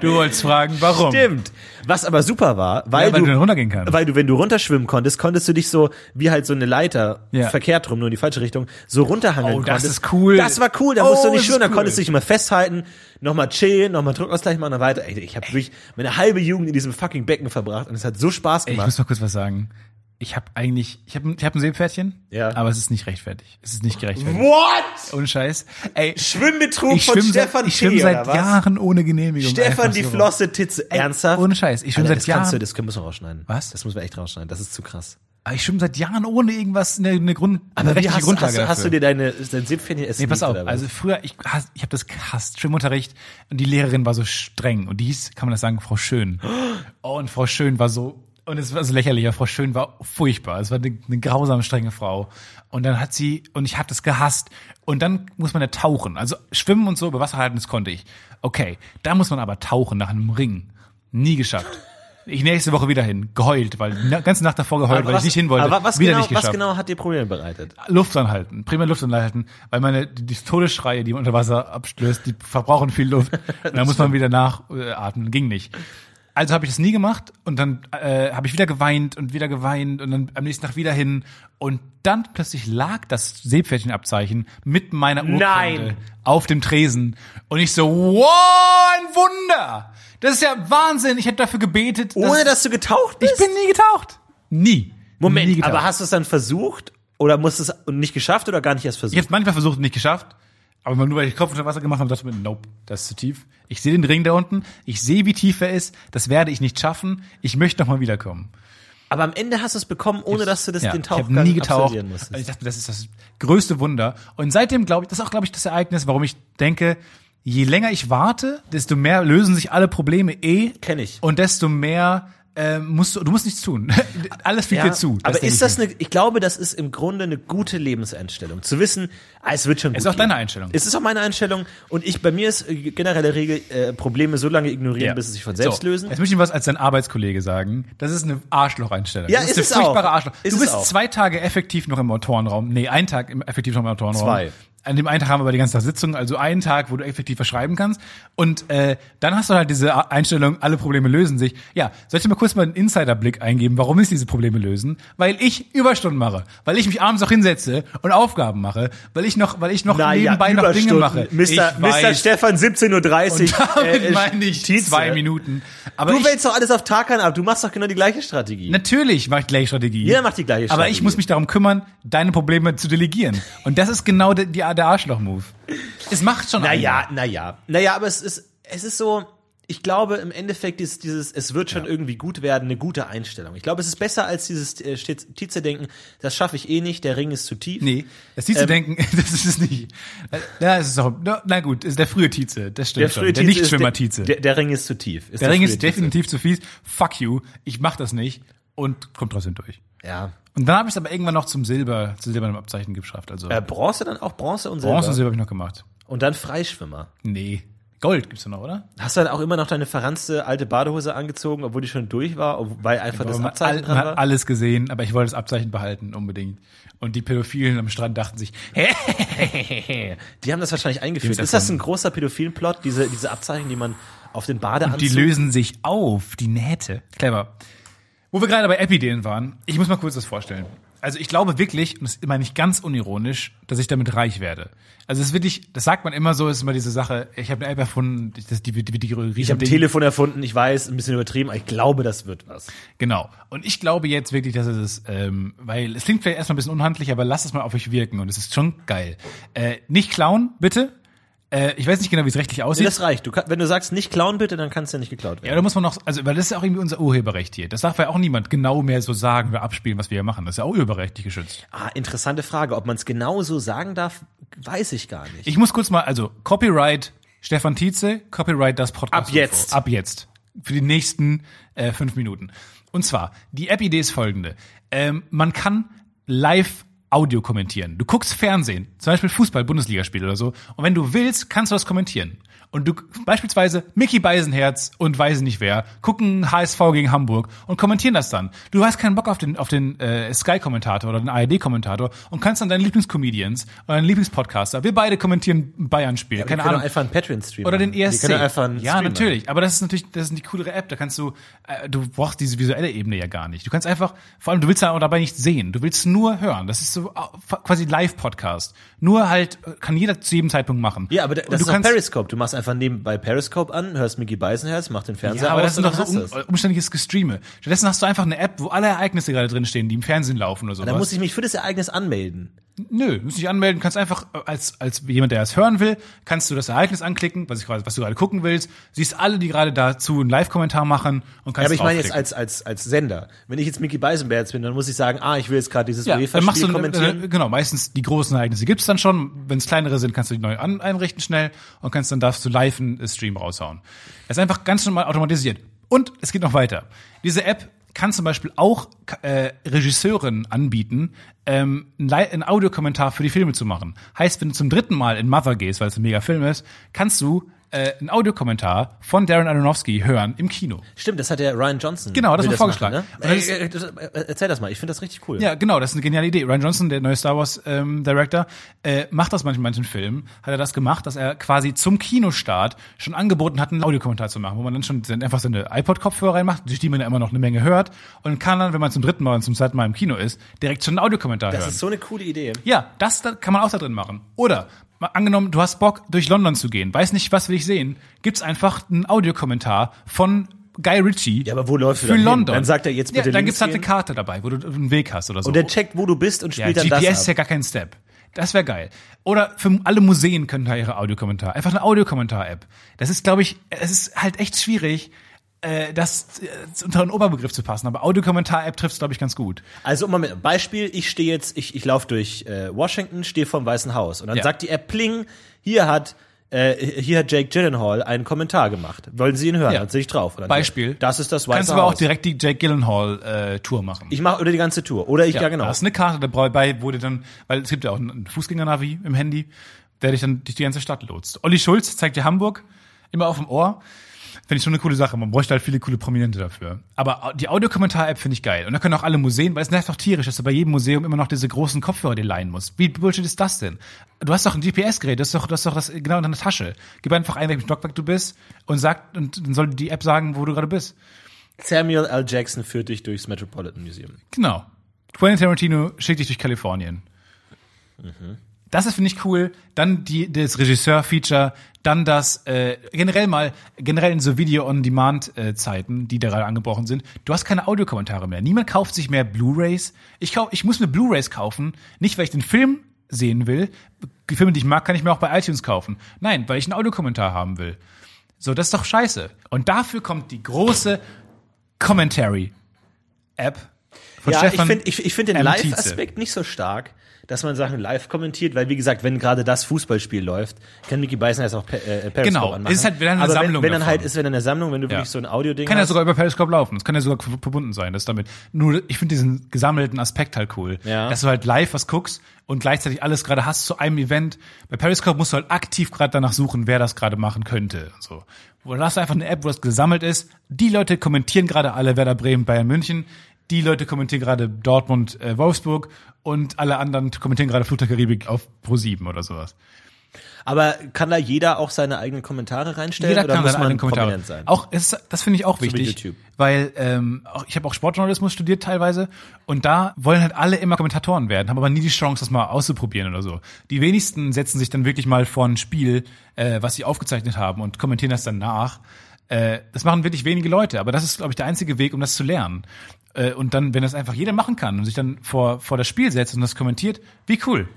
D: Du wolltest fragen, warum?
B: Stimmt. Was aber super war, weil,
D: Ja, weil du dann runtergehen kannst.
B: Weil du, wenn du runterschwimmen konntest, konntest du dich so, wie halt so eine Leiter,
D: Ja.
B: verkehrt rum, nur in die falsche Richtung, so runterhangeln
D: Oh, das
B: konntest.
D: ist cool.
B: Das war cool, da
D: Oh,
B: musst du nicht
D: das ist
B: schwimmen, da
D: cool.
B: konntest du dich immer festhalten, nochmal chillen, nochmal Druckausgleich machen und weiter. Ey, ich habe wirklich meine halbe Jugend in diesem fucking Becken verbracht und es hat so Spaß
D: Ey, ich
B: gemacht.
D: muss mal kurz was sagen. Ich habe eigentlich, ich habe ich hab ein Seepferdchen,
B: Ja.
D: aber es ist nicht rechtfertigt. Es ist nicht gerechtfertigt.
B: What?
D: Ohne Scheiß. Ey,
B: Schwimmbetrug
D: ich
B: von
D: schwimme seit,
B: Stefan
D: ich schwimm
B: T.
D: seit
B: oder was?
D: Jahren ohne Genehmigung.
B: Stefan
D: einfach
B: die
D: so.
B: Flosse Titze, ernsthaft?
D: Ohne Scheiß. Ich schwimme
B: Alter,
D: seit
B: das kannst du,
D: Jahren.
B: das können wir schon rausschneiden.
D: Was?
B: Das müssen wir echt rausschneiden, das ist zu krass.
D: Aber ich schwimme seit Jahren ohne irgendwas eine, eine, Grund, eine
B: Wie
D: rechtliche
B: hast,
D: Grundlage.
B: hast, hast du
D: dafür.
B: dir deine dein Seepferdchen essen?
D: Nee, pass auf. Also früher, ich, hass- ich habe das gehasst, Schwimmunterricht. Und die Lehrerin war so streng. Und die hieß, kann man das sagen, Frau Schön. Oh, und Frau Schön war so, und es war so lächerlich, aber Frau Schön war furchtbar. Es war eine, eine grausam strenge Frau. Und dann hat sie, und ich habe das gehasst. Und dann muss man ja tauchen. Also schwimmen und so, über Wasser halten, das konnte ich. Okay, da muss man aber tauchen nach einem Ring. Nie geschafft. Ich nächste Woche wieder hin, geheult, weil die ganze Nacht davor geheult, weil ich nicht hin wollte.
B: Aber was,
D: wieder
B: genau,
D: nicht geschafft.
B: was genau hat dir Probleme bereitet?
D: Luft anhalten, primär Luft anhalten, weil meine die, die Todesschreie, die man unter Wasser abstößt, die verbrauchen viel Luft. Und dann muss man wieder nachatmen. Ging nicht. Also habe ich das nie gemacht und dann äh, habe ich wieder geweint und wieder geweint und dann am nächsten Tag wieder hin und dann plötzlich lag das Seepferdchenabzeichen mit meiner Urkunde
B: Nein.
D: auf dem Tresen und ich so wow ein Wunder das ist ja Wahnsinn ich hätte dafür gebetet dass-
B: Ohne dass du getaucht bist?
D: ich bin nie getaucht nie nie
B: Moment,
D: getaucht.
B: aber hast du es dann versucht oder musst du es und nicht geschafft oder gar nicht erst
D: Ich
B: versucht?
D: habe manchmal versucht, nicht geschafft. Aber nur weil ich den Kopf unter Wasser gemacht habe, dachte ich mir, nope, das ist zu tief. Ich sehe den Ring da unten, ich sehe, wie tief er ist, das werde ich nicht schaffen, ich möchte nochmal wiederkommen.
B: Aber am Ende hast du es bekommen, ohne dass du das,
D: Ja,
B: den
D: ich habe
B: Tauchgang
D: nie getaucht.
B: absolvieren
D: Und ich
B: musstest.
D: dachte, mir, das ist das größte Wunder. Und seitdem glaube ich, das ist auch, glaube ich, das Ereignis, warum ich denke, je länger ich warte, desto mehr lösen sich alle Probleme eh.
B: Kenn ich.
D: Und desto mehr äh, musst du, du musst nichts tun. Alles fliegt dir zu.
B: aber
D: denke ich
B: ist das
D: mir.
B: eine, ich glaube, das ist im Grunde eine gute Lebenseinstellung. Zu wissen, ah, es wird schon gut.
D: ist auch deine
B: gehen.
D: Einstellung.
B: Es ist auch meine Einstellung. Und ich, bei mir ist äh, generelle Regel, äh, Probleme so lange ignorieren, bis sie sich von selbst
D: So,
B: lösen.
D: Jetzt möchte ich was als dein Arbeitskollege sagen. Das ist eine Arschlocheinstellung.
B: Ja,
D: das
B: ist es
D: eine furchtbare
B: auch.
D: Arschloch.
B: Ist
D: du
B: es
D: bist
B: auch.
D: zwei Tage effektiv noch im Autorenraum. Nee, einen Tag im effektiv noch im Autorenraum.
B: Zwei.
D: an dem einen Tag haben wir aber die ganze Tag Sitzungen, also einen Tag, wo du effektiv verschreiben kannst. Und äh, dann hast du halt diese A- Einstellung, alle Probleme lösen sich. Ja, soll ich dir mal kurz mal einen Insiderblick eingeben, warum ist diese Probleme lösen? Weil ich Überstunden mache, weil ich mich abends noch hinsetze und Aufgaben mache, weil ich noch, weil ich noch
B: Naja,
D: nebenbei noch Dinge
B: Überstunden.
D: mache. Ich
B: Mr. Mr.
D: weiß.
B: Stefan, 17.30
D: Und
B: Uhr. äh,
D: damit meine ich zwei Minuten. Aber
B: Du
D: ich,
B: wählst doch alles auf Tarkan ab. Du machst doch genau die gleiche Strategie.
D: Natürlich mache ich gleiche Strategie.
B: Jeder macht die gleiche
D: Aber
B: Strategie.
D: ich muss mich darum kümmern, deine Probleme zu delegieren. Und das ist genau der, die- der Arschloch-Move. Es macht schon
B: Naja, naja. Naja, aber es ist, es ist so, ich glaube, im Endeffekt ist dieses, es wird schon irgendwie gut werden, eine gute Einstellung. Ich glaube, es ist besser als dieses äh, stets- Tietze-Denken, das schaffe ich eh nicht, der Ring ist zu tief.
D: Nee, das Tietze
B: Ähm.
D: denken, das ist es nicht. Ja, es ist auch, na, na gut, ist der frühe Tietze, das stimmt
B: Der
D: schon.
B: frühe
D: der
B: Tietze ist
D: Nichtschwimmer Tietze.
B: der, der, der Ring ist zu tief. Ist
D: Der Ring
B: frühe
D: ist
B: Tietze.
D: definitiv zu fies. Fuck you, ich mach das nicht und kommt trotzdem durch.
B: Ja.
D: Und dann habe ich es aber irgendwann noch zum Silber, zu silbernem Abzeichen geschafft. Also
B: Äh, Bronze dann auch Bronze und Silber.
D: Bronze und Silber habe ich noch gemacht.
B: Und dann Freischwimmer.
D: Nee. Gold gibt's ja noch, oder?
B: Hast du dann auch immer noch deine verranzte alte Badehose angezogen, obwohl die schon durch war, ob- weil einfach das
D: Aber man,
B: Abzeichen
D: all-
B: dran
D: man
B: war?
D: hat alles gesehen, aber ich wollte das Abzeichen behalten, unbedingt. Und die Pädophilen am Strand dachten sich, hä?
B: Die haben das wahrscheinlich eingeführt.
D: Gibt's
B: Ist das
D: davon.
B: ein großer pädophilen Plot, diese, diese Abzeichen, die man auf den Badeanzug...
D: die lösen sich auf, die Nähte. Clever. Wo wir gerade bei Epideen waren, ich muss mal kurz das vorstellen. Also ich glaube wirklich, und das meine ich ganz unironisch, dass ich damit reich werde. Also es ist wirklich, das sagt man immer so, es ist immer diese Sache, ich habe eine App erfunden, ich- das, die, die, die, die
B: Ich habe ein Telefon erfunden, ich weiß, ein bisschen übertrieben, aber ich glaube, das wird was.
D: Genau. Und ich glaube jetzt wirklich, dass es ist, ähm, weil es klingt vielleicht erstmal ein bisschen unhandlich, aber lasst es mal auf euch wirken und es ist schon geil. Äh, nicht klauen, bitte. Äh, ich weiß nicht genau, wie es rechtlich aussieht.
B: Das reicht. Du, kann- wenn du sagst, nicht klauen bitte, dann kannst du ja nicht geklaut
D: ja,
B: werden.
D: da muss man noch, also, weil das ist ja auch irgendwie unser Urheberrecht hier. Das darf ja auch niemand genau mehr so sagen oder abspielen, was wir hier machen. Das ist ja auch urheberrechtlich geschützt.
B: Ah, interessante Frage. Ob man es genau so sagen darf, weiß ich gar nicht.
D: Ich muss kurz mal, also, Copyright Stefan Tietze, Copyright das Podcast.
B: Ab jetzt.
D: UFO. Ab jetzt. Für die nächsten äh, fünf Minuten. Und zwar, die App-Idee ist folgende. Ähm, man kann live Audio kommentieren. Du guckst Fernsehen, zum Beispiel Fußball, Bundesligaspiel oder so, und wenn du willst, kannst du das kommentieren. Und du, beispielsweise Mickey Beisenherz und weiß nicht wer, gucken HSV gegen Hamburg und kommentieren das dann. Du hast keinen Bock auf den, auf den äh, Sky-Kommentator oder den ARD-Kommentator und kannst dann deinen Lieblingscomedians oder deinen Lieblingspodcaster, wir beide kommentieren ein Bayern-Spiel,
B: Wir
D: keine
B: können
D: Ahnung.
B: auch einfach einen Patreon-Stream
D: Oder den
B: machen. Wir
D: ESC.
B: können auch einfach einen
D: ja,
B: Stream machen.
D: natürlich. Aber das ist natürlich, das ist die coolere App. Da kannst du, äh, du brauchst diese visuelle Ebene ja gar nicht. Du kannst einfach, vor allem, du willst ja auch dabei nicht sehen. Du willst nur hören. Das ist so äh, quasi Live-Podcast. Nur halt, äh, kann jeder zu jedem Zeitpunkt machen.
B: Ja, aber da-
D: Und
B: das
D: du
B: ist doch
D: kannst,
B: Periscope. Du machst einfach nebenbei Periscope an, hörst Mickey Beisenherz, machst den Fernseher
D: ja, aber das
B: aus
D: sind doch
B: und
D: so
B: dann
D: um,
B: hast du's.
D: umständliches Gestreame. Stattdessen hast du einfach eine App, wo alle Ereignisse gerade drinstehen, die im Fernsehen laufen oder sowas.
B: Da muss ich mich für das Ereignis anmelden.
D: Nö, musst dich anmelden, kannst einfach äh, als, als jemand, der es hören will, kannst du das Ereignis anklicken, was, ich, gerade- was du gerade gucken willst, siehst alle, die gerade dazu einen Live-Kommentar machen und
B: Ja,
D: kannst
B: aber ich meine jetzt
D: draufklicken.
B: als, als, als Sender. Wenn ich jetzt Mickey Beisenherz bin, dann muss ich sagen, ah, ich will jetzt gerade dieses
D: Ja, dann machst du
B: UEFA-Spiel kommentieren.
D: äh, genau meistens die großen Ereignisse gibt's dann schon. Wenn es kleinere sind, kannst du die neu an, einrichten schnell und kannst dann darfst du live einen äh, Stream raushauen. Das ist einfach ganz normal automatisiert. Und es geht noch weiter. Diese App kann zum Beispiel auch äh, Regisseuren anbieten, ähm, einen Li- einen Audiokommentar für die Filme zu machen. Heißt, wenn du zum dritten Mal in Mother gehst, weil es ein mega Film ist, kannst du äh, einen Audiokommentar von Darren Aronofsky hören im Kino.
B: Stimmt, das hat der Ryan Johnson.
D: Genau, das
B: will
D: war vorgeschlagen.
B: machen,
D: Und das-
B: Äh, äh, das- äh, Erzähl das mal, ich finde das richtig cool.
D: Ja, genau, das ist eine geniale Idee. Ryan Johnson, der neue Star Wars ähm, Director, äh, macht das manchmal in manchen Filmen. Hat er das gemacht, dass er quasi zum Kinostart schon angeboten hat, einen Audiokommentar zu machen, wo man dann schon sen- einfach seine iPod-Kopfhörer reinmacht, durch die man ja immer noch eine Menge hört und kann dann, wenn man zum dritten Mal und zum zweiten Mal im Kino ist, direkt schon einen Audiokommentar
B: Das
D: hören.
B: ist so eine coole Idee.
D: Ja, das da kann man auch da drin machen. Oder mal angenommen, du hast Bock, durch London zu gehen, weiß nicht, was will ich sehen, gibt's einfach einen Audiokommentar von Guy Ritchie.
B: Ja, aber wo läufst du
D: für
B: dann hin?
D: London?
B: Dann sagt er, jetzt bitte
D: Ja, dann
B: links
D: gibt's halt eine
B: gehen.
D: Karte dabei, wo du einen Weg hast oder so.
B: Und der checkt, wo du bist und spielt
D: Ja,
B: dann
D: GPS
B: das
D: ist
B: ab.
D: ja gar kein Step. Das wäre geil. Oder für alle Museen können da ihre Audiokommentar. Einfach eine Audiokommentar-App. Das ist, glaube ich, es ist halt echt schwierig, äh, das äh, unter einen Oberbegriff zu passen. Aber Audiokommentar-App trifft es, glaube ich, ganz gut.
B: Also um mal mit Beispiel, ich stehe jetzt, ich, ich laufe durch äh, Washington, stehe vorm Weißen Haus und dann
D: Ja.
B: sagt die App Pling, hier hat äh, hier hat Jake Gyllenhaal einen Kommentar gemacht. Wollen Sie ihn hören?
D: Ja.
B: Dann sehe ich drauf. Und dann,
D: Beispiel.
B: Das ist das Weiße
D: Kannst aber
B: Haus.
D: auch direkt die Jake Gyllenhaal-Tour machen.
B: ich mache über die ganze Tour. Oder ich, ja, genau.
D: Da ist eine Karte dabei, wo dir dann, weil es gibt ja auch einen Fußgängernavi im Handy, der dich dann durch die ganze Stadt lotst. Olli Schulz zeigt dir Hamburg immer auf dem Ohr. Finde ich schon eine coole Sache. Man bräuchte halt viele coole Prominente dafür. Aber die Audiokommentar-App finde ich geil. Und da können auch alle Museen, weil es nervt doch tierisch, dass du bei jedem Museum immer noch diese großen Kopfhörer dir leihen musst. Wie Bullshit ist das denn? Du hast doch ein GPS-Gerät, das ist doch, das ist doch das genau in deiner Tasche. Gib einfach ein, welchem Stockwerk du bist und sagt, und dann soll die App sagen, wo du gerade bist.
B: Samuel L. Jackson führt dich durchs Metropolitan Museum.
D: Genau. Quentin Tarantino schickt dich durch Kalifornien. Das ist, finde ich, cool. Dann die, das Regisseur-Feature, dann das äh, generell mal, generell in so Video-on-Demand-Zeiten, die da gerade angebrochen sind, du hast keine Audiokommentare mehr. Niemand kauft sich mehr Blu-Rays. Ich, kauf, ich muss mir Blu-Rays kaufen, nicht weil ich den Film sehen will. Die Filme, die ich mag, kann ich mir auch bei iTunes kaufen. Nein, weil ich einen Audiokommentar haben will. So, das ist doch scheiße. Und dafür kommt die große Commentary-App von
B: ja, ich
D: Stefan
B: finde ich, ich find den
D: M. Tietze.
B: Live-Aspekt nicht so stark, dass man Sachen live kommentiert, weil wie gesagt, wenn gerade das Fußballspiel läuft, kann Mickey Beißen jetzt auch per, äh, Periscope
D: Genau,
B: anmachen.
D: es ist halt wieder eine
B: Aber Wenn,
D: Sammlung
B: wenn dann
D: davon.
B: halt ist, wenn dann eine Sammlung, wenn du wirklich so ein Audio-Ding
D: Kann ja
B: hast.
D: sogar über Periscope laufen. Es kann ja sogar ver- verbunden sein. Das damit. Nur, ich finde diesen gesammelten Aspekt halt cool.
B: Ja.
D: Dass du halt live was guckst und gleichzeitig alles gerade hast zu einem Event. Bei Periscope musst du halt aktiv gerade danach suchen, wer das gerade machen könnte. und So. Wo du hast einfach eine App, wo das gesammelt ist. Die Leute kommentieren gerade alle Werder Bremen, Bayern München. Die Leute kommentieren gerade Dortmund, äh, Wolfsburg und alle anderen kommentieren gerade Flug der Karibik auf Pro7 oder sowas.
B: aber kann da jeder auch seine eigenen Kommentare reinstellen
D: Jeder
B: oder
D: kann
B: muss
D: seinen
B: man
D: eigenen Kommentar.
B: prominent sein?
D: Auch es, ist- das finde ich auch wichtig,
B: YouTube.
D: weil ähm, auch, ich habe auch Sportjournalismus studiert teilweise und da wollen halt alle immer Kommentatoren werden, haben aber nie die Chance, das mal auszuprobieren oder so. Die wenigsten setzen sich dann wirklich mal vor ein Spiel, äh, was sie aufgezeichnet haben und kommentieren das dann nach. Äh, das machen wirklich wenige Leute, aber das ist, glaube ich, der einzige Weg, um das zu lernen. Äh, und dann, wenn das einfach jeder machen kann und sich dann vor, vor das Spiel setzt und das kommentiert, wie cool.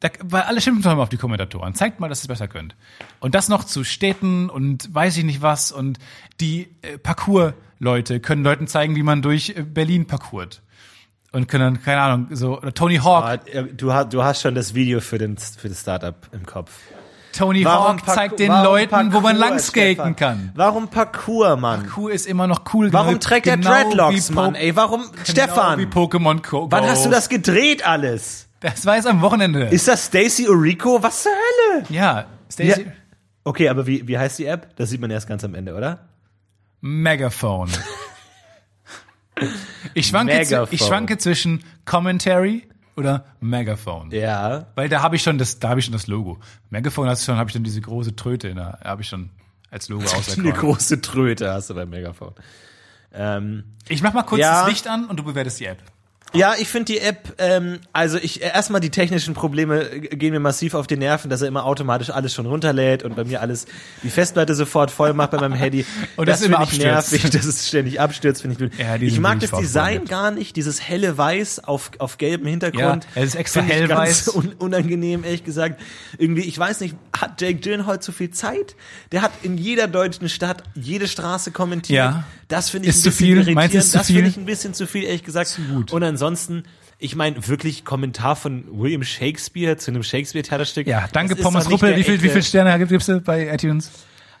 D: Da, weil alle schimpfen doch immer auf die Kommentatoren. Zeigt mal, dass ihr es besser könnt. Und das noch zu Städten und weiß ich nicht was. Und die äh, Parkour-Leute können Leuten zeigen, wie man durch äh, Berlin parkourt. Und können dann, keine Ahnung, so oder Tony Hawk.
B: Ah, äh, Du hast, du hast schon das Video für, den, für das Startup im Kopf.
D: Tony Hawk
B: Parkour-
D: zeigt den
B: warum
D: Leuten, wo man
B: Parkour,
D: langskaten
B: Stefan?
D: kann.
B: Warum Parkour, Mann?
D: Parkour ist immer noch cool.
B: Warum
D: genug,
B: trägt er
D: genau
B: Dreadlocks,
D: wie
B: Mann?
D: Po-
B: Ey, warum,
D: genau Wie
B: Stefan?
D: Pokémon Go.
B: Wann hast du das gedreht alles?
D: Das war jetzt am Wochenende.
B: Ist das Stacy Orico? Was zur Hölle?
D: ja, Stacey.
B: Ja. Okay, aber wie, wie heißt die App? Das sieht man erst ganz am Ende, oder?
D: Megaphone. Ich schwanke,
B: Megaphone.
D: zw- ich schwanke zwischen Commentary oder Megaphone.
B: Ja.
D: Weil da habe ich schon das, da habe ich schon das Logo. Megaphone hast du schon, habe ich dann diese große Tröte in der, habe ich schon als Logo
B: Eine
D: auserkoren.
B: große Tröte hast du bei Megaphone. Ähm,
D: Ich mach mal kurz
B: Ja.
D: das Licht an und du bewertest die App.
B: ja, ich finde die App, ähm, also ich erstmal die technischen Probleme äh, gehen mir massiv auf die Nerven, dass er immer automatisch alles schon runterlädt und bei mir alles die Festplatte sofort voll macht bei meinem Handy.
D: Und das immer
B: find ich
D: abstürzt.
B: nervig, dass es ständig abstürzt, finde ich blöd.
D: Ja, die
B: ich
D: sind
B: mag
D: wirklich
B: das Design
D: verantwortlich.
B: gar nicht, dieses helle Weiß auf, auf gelbem Hintergrund.
D: Ja, es ist extra
B: Finde ich
D: hellweiß.
B: ganz un unangenehm, ehrlich gesagt. Irgendwie, ich weiß nicht, hat Jake Gyllenhaal zu viel Zeit? Der hat in jeder deutschen Stadt jede Straße kommentiert.
D: Ja.
B: Das finde ich ein
D: Ist zu
B: bisschen
D: viel?
B: irritierend.
D: Meinst du, ist zu
B: das finde
D: viel?
B: ich ein bisschen zu viel, ehrlich gesagt. Und ansonsten, ich meine, wirklich Kommentar von William Shakespeare zu einem Shakespeare-Theaterstück.
D: Ja, danke
B: das ist
D: Pommes
B: doch nicht
D: Ruppel.
B: der
D: Wie viel, wie
B: echte-
D: viel Sterne gibst du bei iTunes?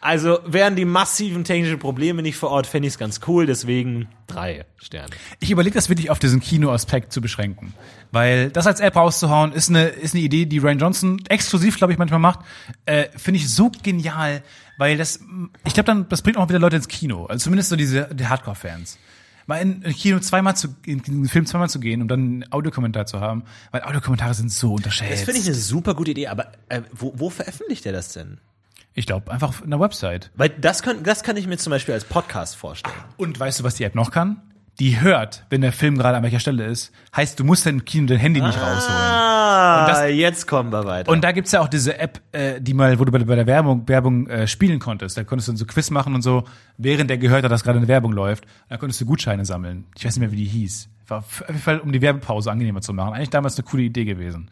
B: Also wären die massiven technischen Probleme nicht vor Ort, fände ich es ganz cool. Deswegen drei Sterne.
D: Ich überlege das wirklich auf diesen Kinoaspekt zu beschränken. Weil das als App rauszuhauen, ist eine, ist eine Idee, die Ryan Johnson exklusiv, glaube ich, manchmal macht. Äh, Finde ich so genial, weil das, ich glaube, dann das bringt auch wieder Leute ins Kino. Also zumindest so diese die Hardcore-Fans. Mal in ein Kino zweimal zu, in einen Film zweimal zu gehen, um dann einen Audiokommentar zu haben, weil Audiokommentare sind so unterschätzt.
B: Das finde ich eine super gute Idee, aber äh, wo, wo veröffentlicht er das denn?
D: ich glaube, einfach auf einer Website.
B: Weil das kann, das kann ich mir zum Beispiel als Podcast vorstellen.
D: Und weißt du, was die App noch kann? Die hört, wenn der Film gerade an welcher Stelle ist. Heißt, du musst dein Kino dein Handy nicht rausholen.
B: Ah,
D: Und das-
B: jetzt kommen wir weiter.
D: Und da gibt's ja auch diese App, äh, die mal, wo du bei, bei der Werbung, Werbung äh, spielen konntest. Da konntest du so Quiz machen und so, während der gehört hat, dass gerade eine Werbung läuft. Da konntest du Gutscheine sammeln. Ich weiß nicht mehr, wie die hieß. War f- auf jeden Fall, um die Werbepause angenehmer zu machen. Eigentlich damals eine coole Idee gewesen.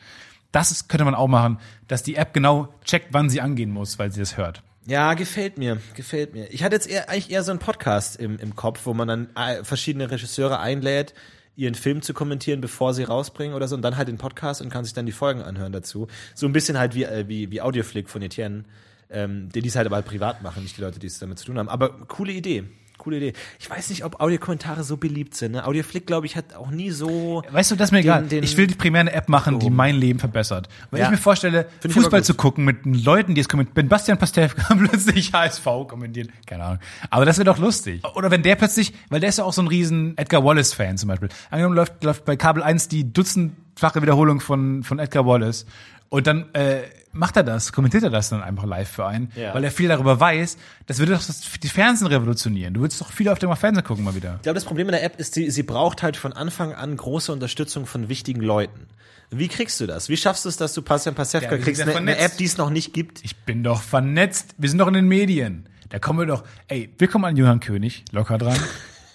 D: Das ist, könnte man auch machen, dass die App genau checkt, wann sie angehen muss, weil sie das hört.
B: ja, gefällt mir, gefällt mir. Ich hatte jetzt eher, eigentlich eher so einen Podcast im, im Kopf, wo man dann äh, verschiedene Regisseure einlädt, ihren Film zu kommentieren, bevor sie rausbringen oder so, und dann halt den Podcast und kann sich dann die Folgen anhören dazu. So ein bisschen halt wie, äh, wie, wie Audioflick von Etienne, ähm, die dies halt aber halt privat machen, nicht die Leute, die es damit zu tun haben. Aber coole Idee. coole Idee. Ich weiß nicht, ob Audiokommentare so beliebt sind. Ne? Audioflick, glaube ich, hat auch nie so.
D: Weißt du, das ist mir
B: Den-
D: egal.
B: den-
D: ich will die primär eine App machen, die mein Leben verbessert. Wenn
B: Ja.
D: ich mir vorstelle,
B: Find ich aber
D: Fußball
B: gut.
D: zu gucken mit den Leuten, die es kommentieren, wenn Bastian Pastewka plötzlich HSV kommentiert, keine Ahnung. Aber das wäre doch lustig. Oder wenn der plötzlich, weil der ist ja auch so ein riesen Edgar Wallace-Fan zum Beispiel. Angenommen läuft, läuft bei Kabel 1 die dutzendfache Wiederholung von, von Edgar Wallace. Und dann äh, macht er das, kommentiert er das dann einfach live für einen,
B: Ja.
D: weil er viel darüber weiß. Das würde doch das, die Fernsehen revolutionieren. Du würdest doch viel auf dem Fernsehen gucken mal wieder.
B: Ich glaube, das Problem in der App ist, sie, sie braucht halt von Anfang an große Unterstützung von wichtigen Leuten. Wie kriegst du das? Wie schaffst du es, dass du Pascal Pasewka
D: Ja, wir sind
B: kriegst?
D: ja
B: Eine, eine
D: vernetzt.
B: App, die es noch nicht gibt.
D: Ich bin doch vernetzt. Wir sind doch in den Medien. Da kommen wir doch. Ey, wir kommen an Johann König, locker dran.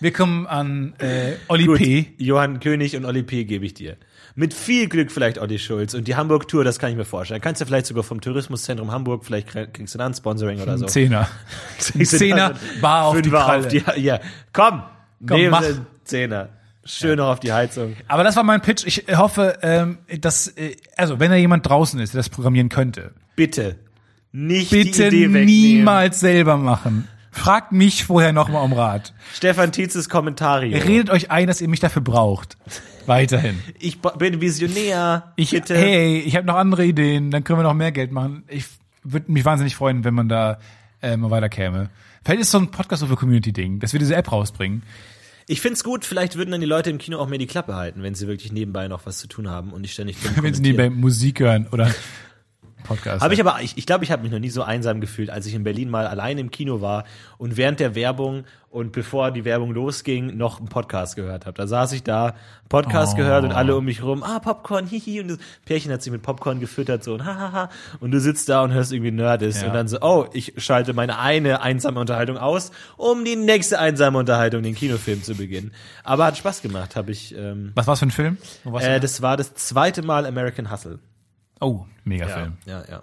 D: Wir kommen an äh, Olli P.
B: Johann König und Olli P. gebe ich dir. Mit viel Glück vielleicht Olli Schulz und die Hamburg-Tour, das kann ich mir vorstellen. Kannst du vielleicht sogar vom Tourismuszentrum Hamburg, vielleicht krie- kriegst du dann ein Sponsoring oder so.
D: Ein Zehner. Ein Zehner, bar auf die
B: Fünfer
D: Kralle.
B: Also. auf die, ja. Komm,
D: Komm,
B: nehmen
D: mach.
B: Sie einen Zehner. Schön noch auf die Heizung.
D: Aber das war mein Pitch. Ich hoffe, ähm, dass, äh, also wenn da jemand draußen ist, der das programmieren könnte,
B: Bitte. Nicht
D: bitte
B: die Idee wegnehmen.
D: niemals selber machen. Fragt mich vorher nochmal um Rat.
B: Stefan Tietzes Kommentarium.
D: Redet euch ein, dass ihr mich dafür braucht. Weiterhin.
B: Ich ba- bin Visionär.
D: Ich,
B: bitte.
D: hey, ich habe noch andere Ideen, dann können wir noch mehr Geld machen. Ich würde mich wahnsinnig freuen, wenn man da äh, mal weiterkäme. Vielleicht ist so ein Podcast over Community-Ding, dass wir diese App rausbringen.
B: Ich find's gut, vielleicht würden dann die Leute im Kino auch mehr die Klappe halten, wenn sie wirklich nebenbei noch was zu tun haben und nicht ständig
D: Wenn sie nebenbei Musik hören oder Podcast.
B: Habe ich aber, ich, ich glaube, ich habe mich noch nie so einsam gefühlt, als ich in Berlin mal allein im Kino war und während der Werbung und bevor die Werbung losging, noch einen Podcast gehört habe. Da saß ich da, Podcast gehört
D: Oh.
B: und alle um mich rum, ah, Popcorn, hihi. Und das Pärchen hat sich mit Popcorn gefüttert, so und hahaha. Und du sitzt da und hörst irgendwie Nerdist
D: Ja.
B: und dann so, oh, ich schalte meine eine einsame Unterhaltung aus, um die nächste einsame Unterhaltung, den Kinofilm zu beginnen. Aber hat Spaß gemacht, habe ich. Ähm,
D: Was war's für ein Film? Wo war's
B: äh, das war das zweite Mal American Hustle.
D: oh, mega Film.
B: Ja, ja.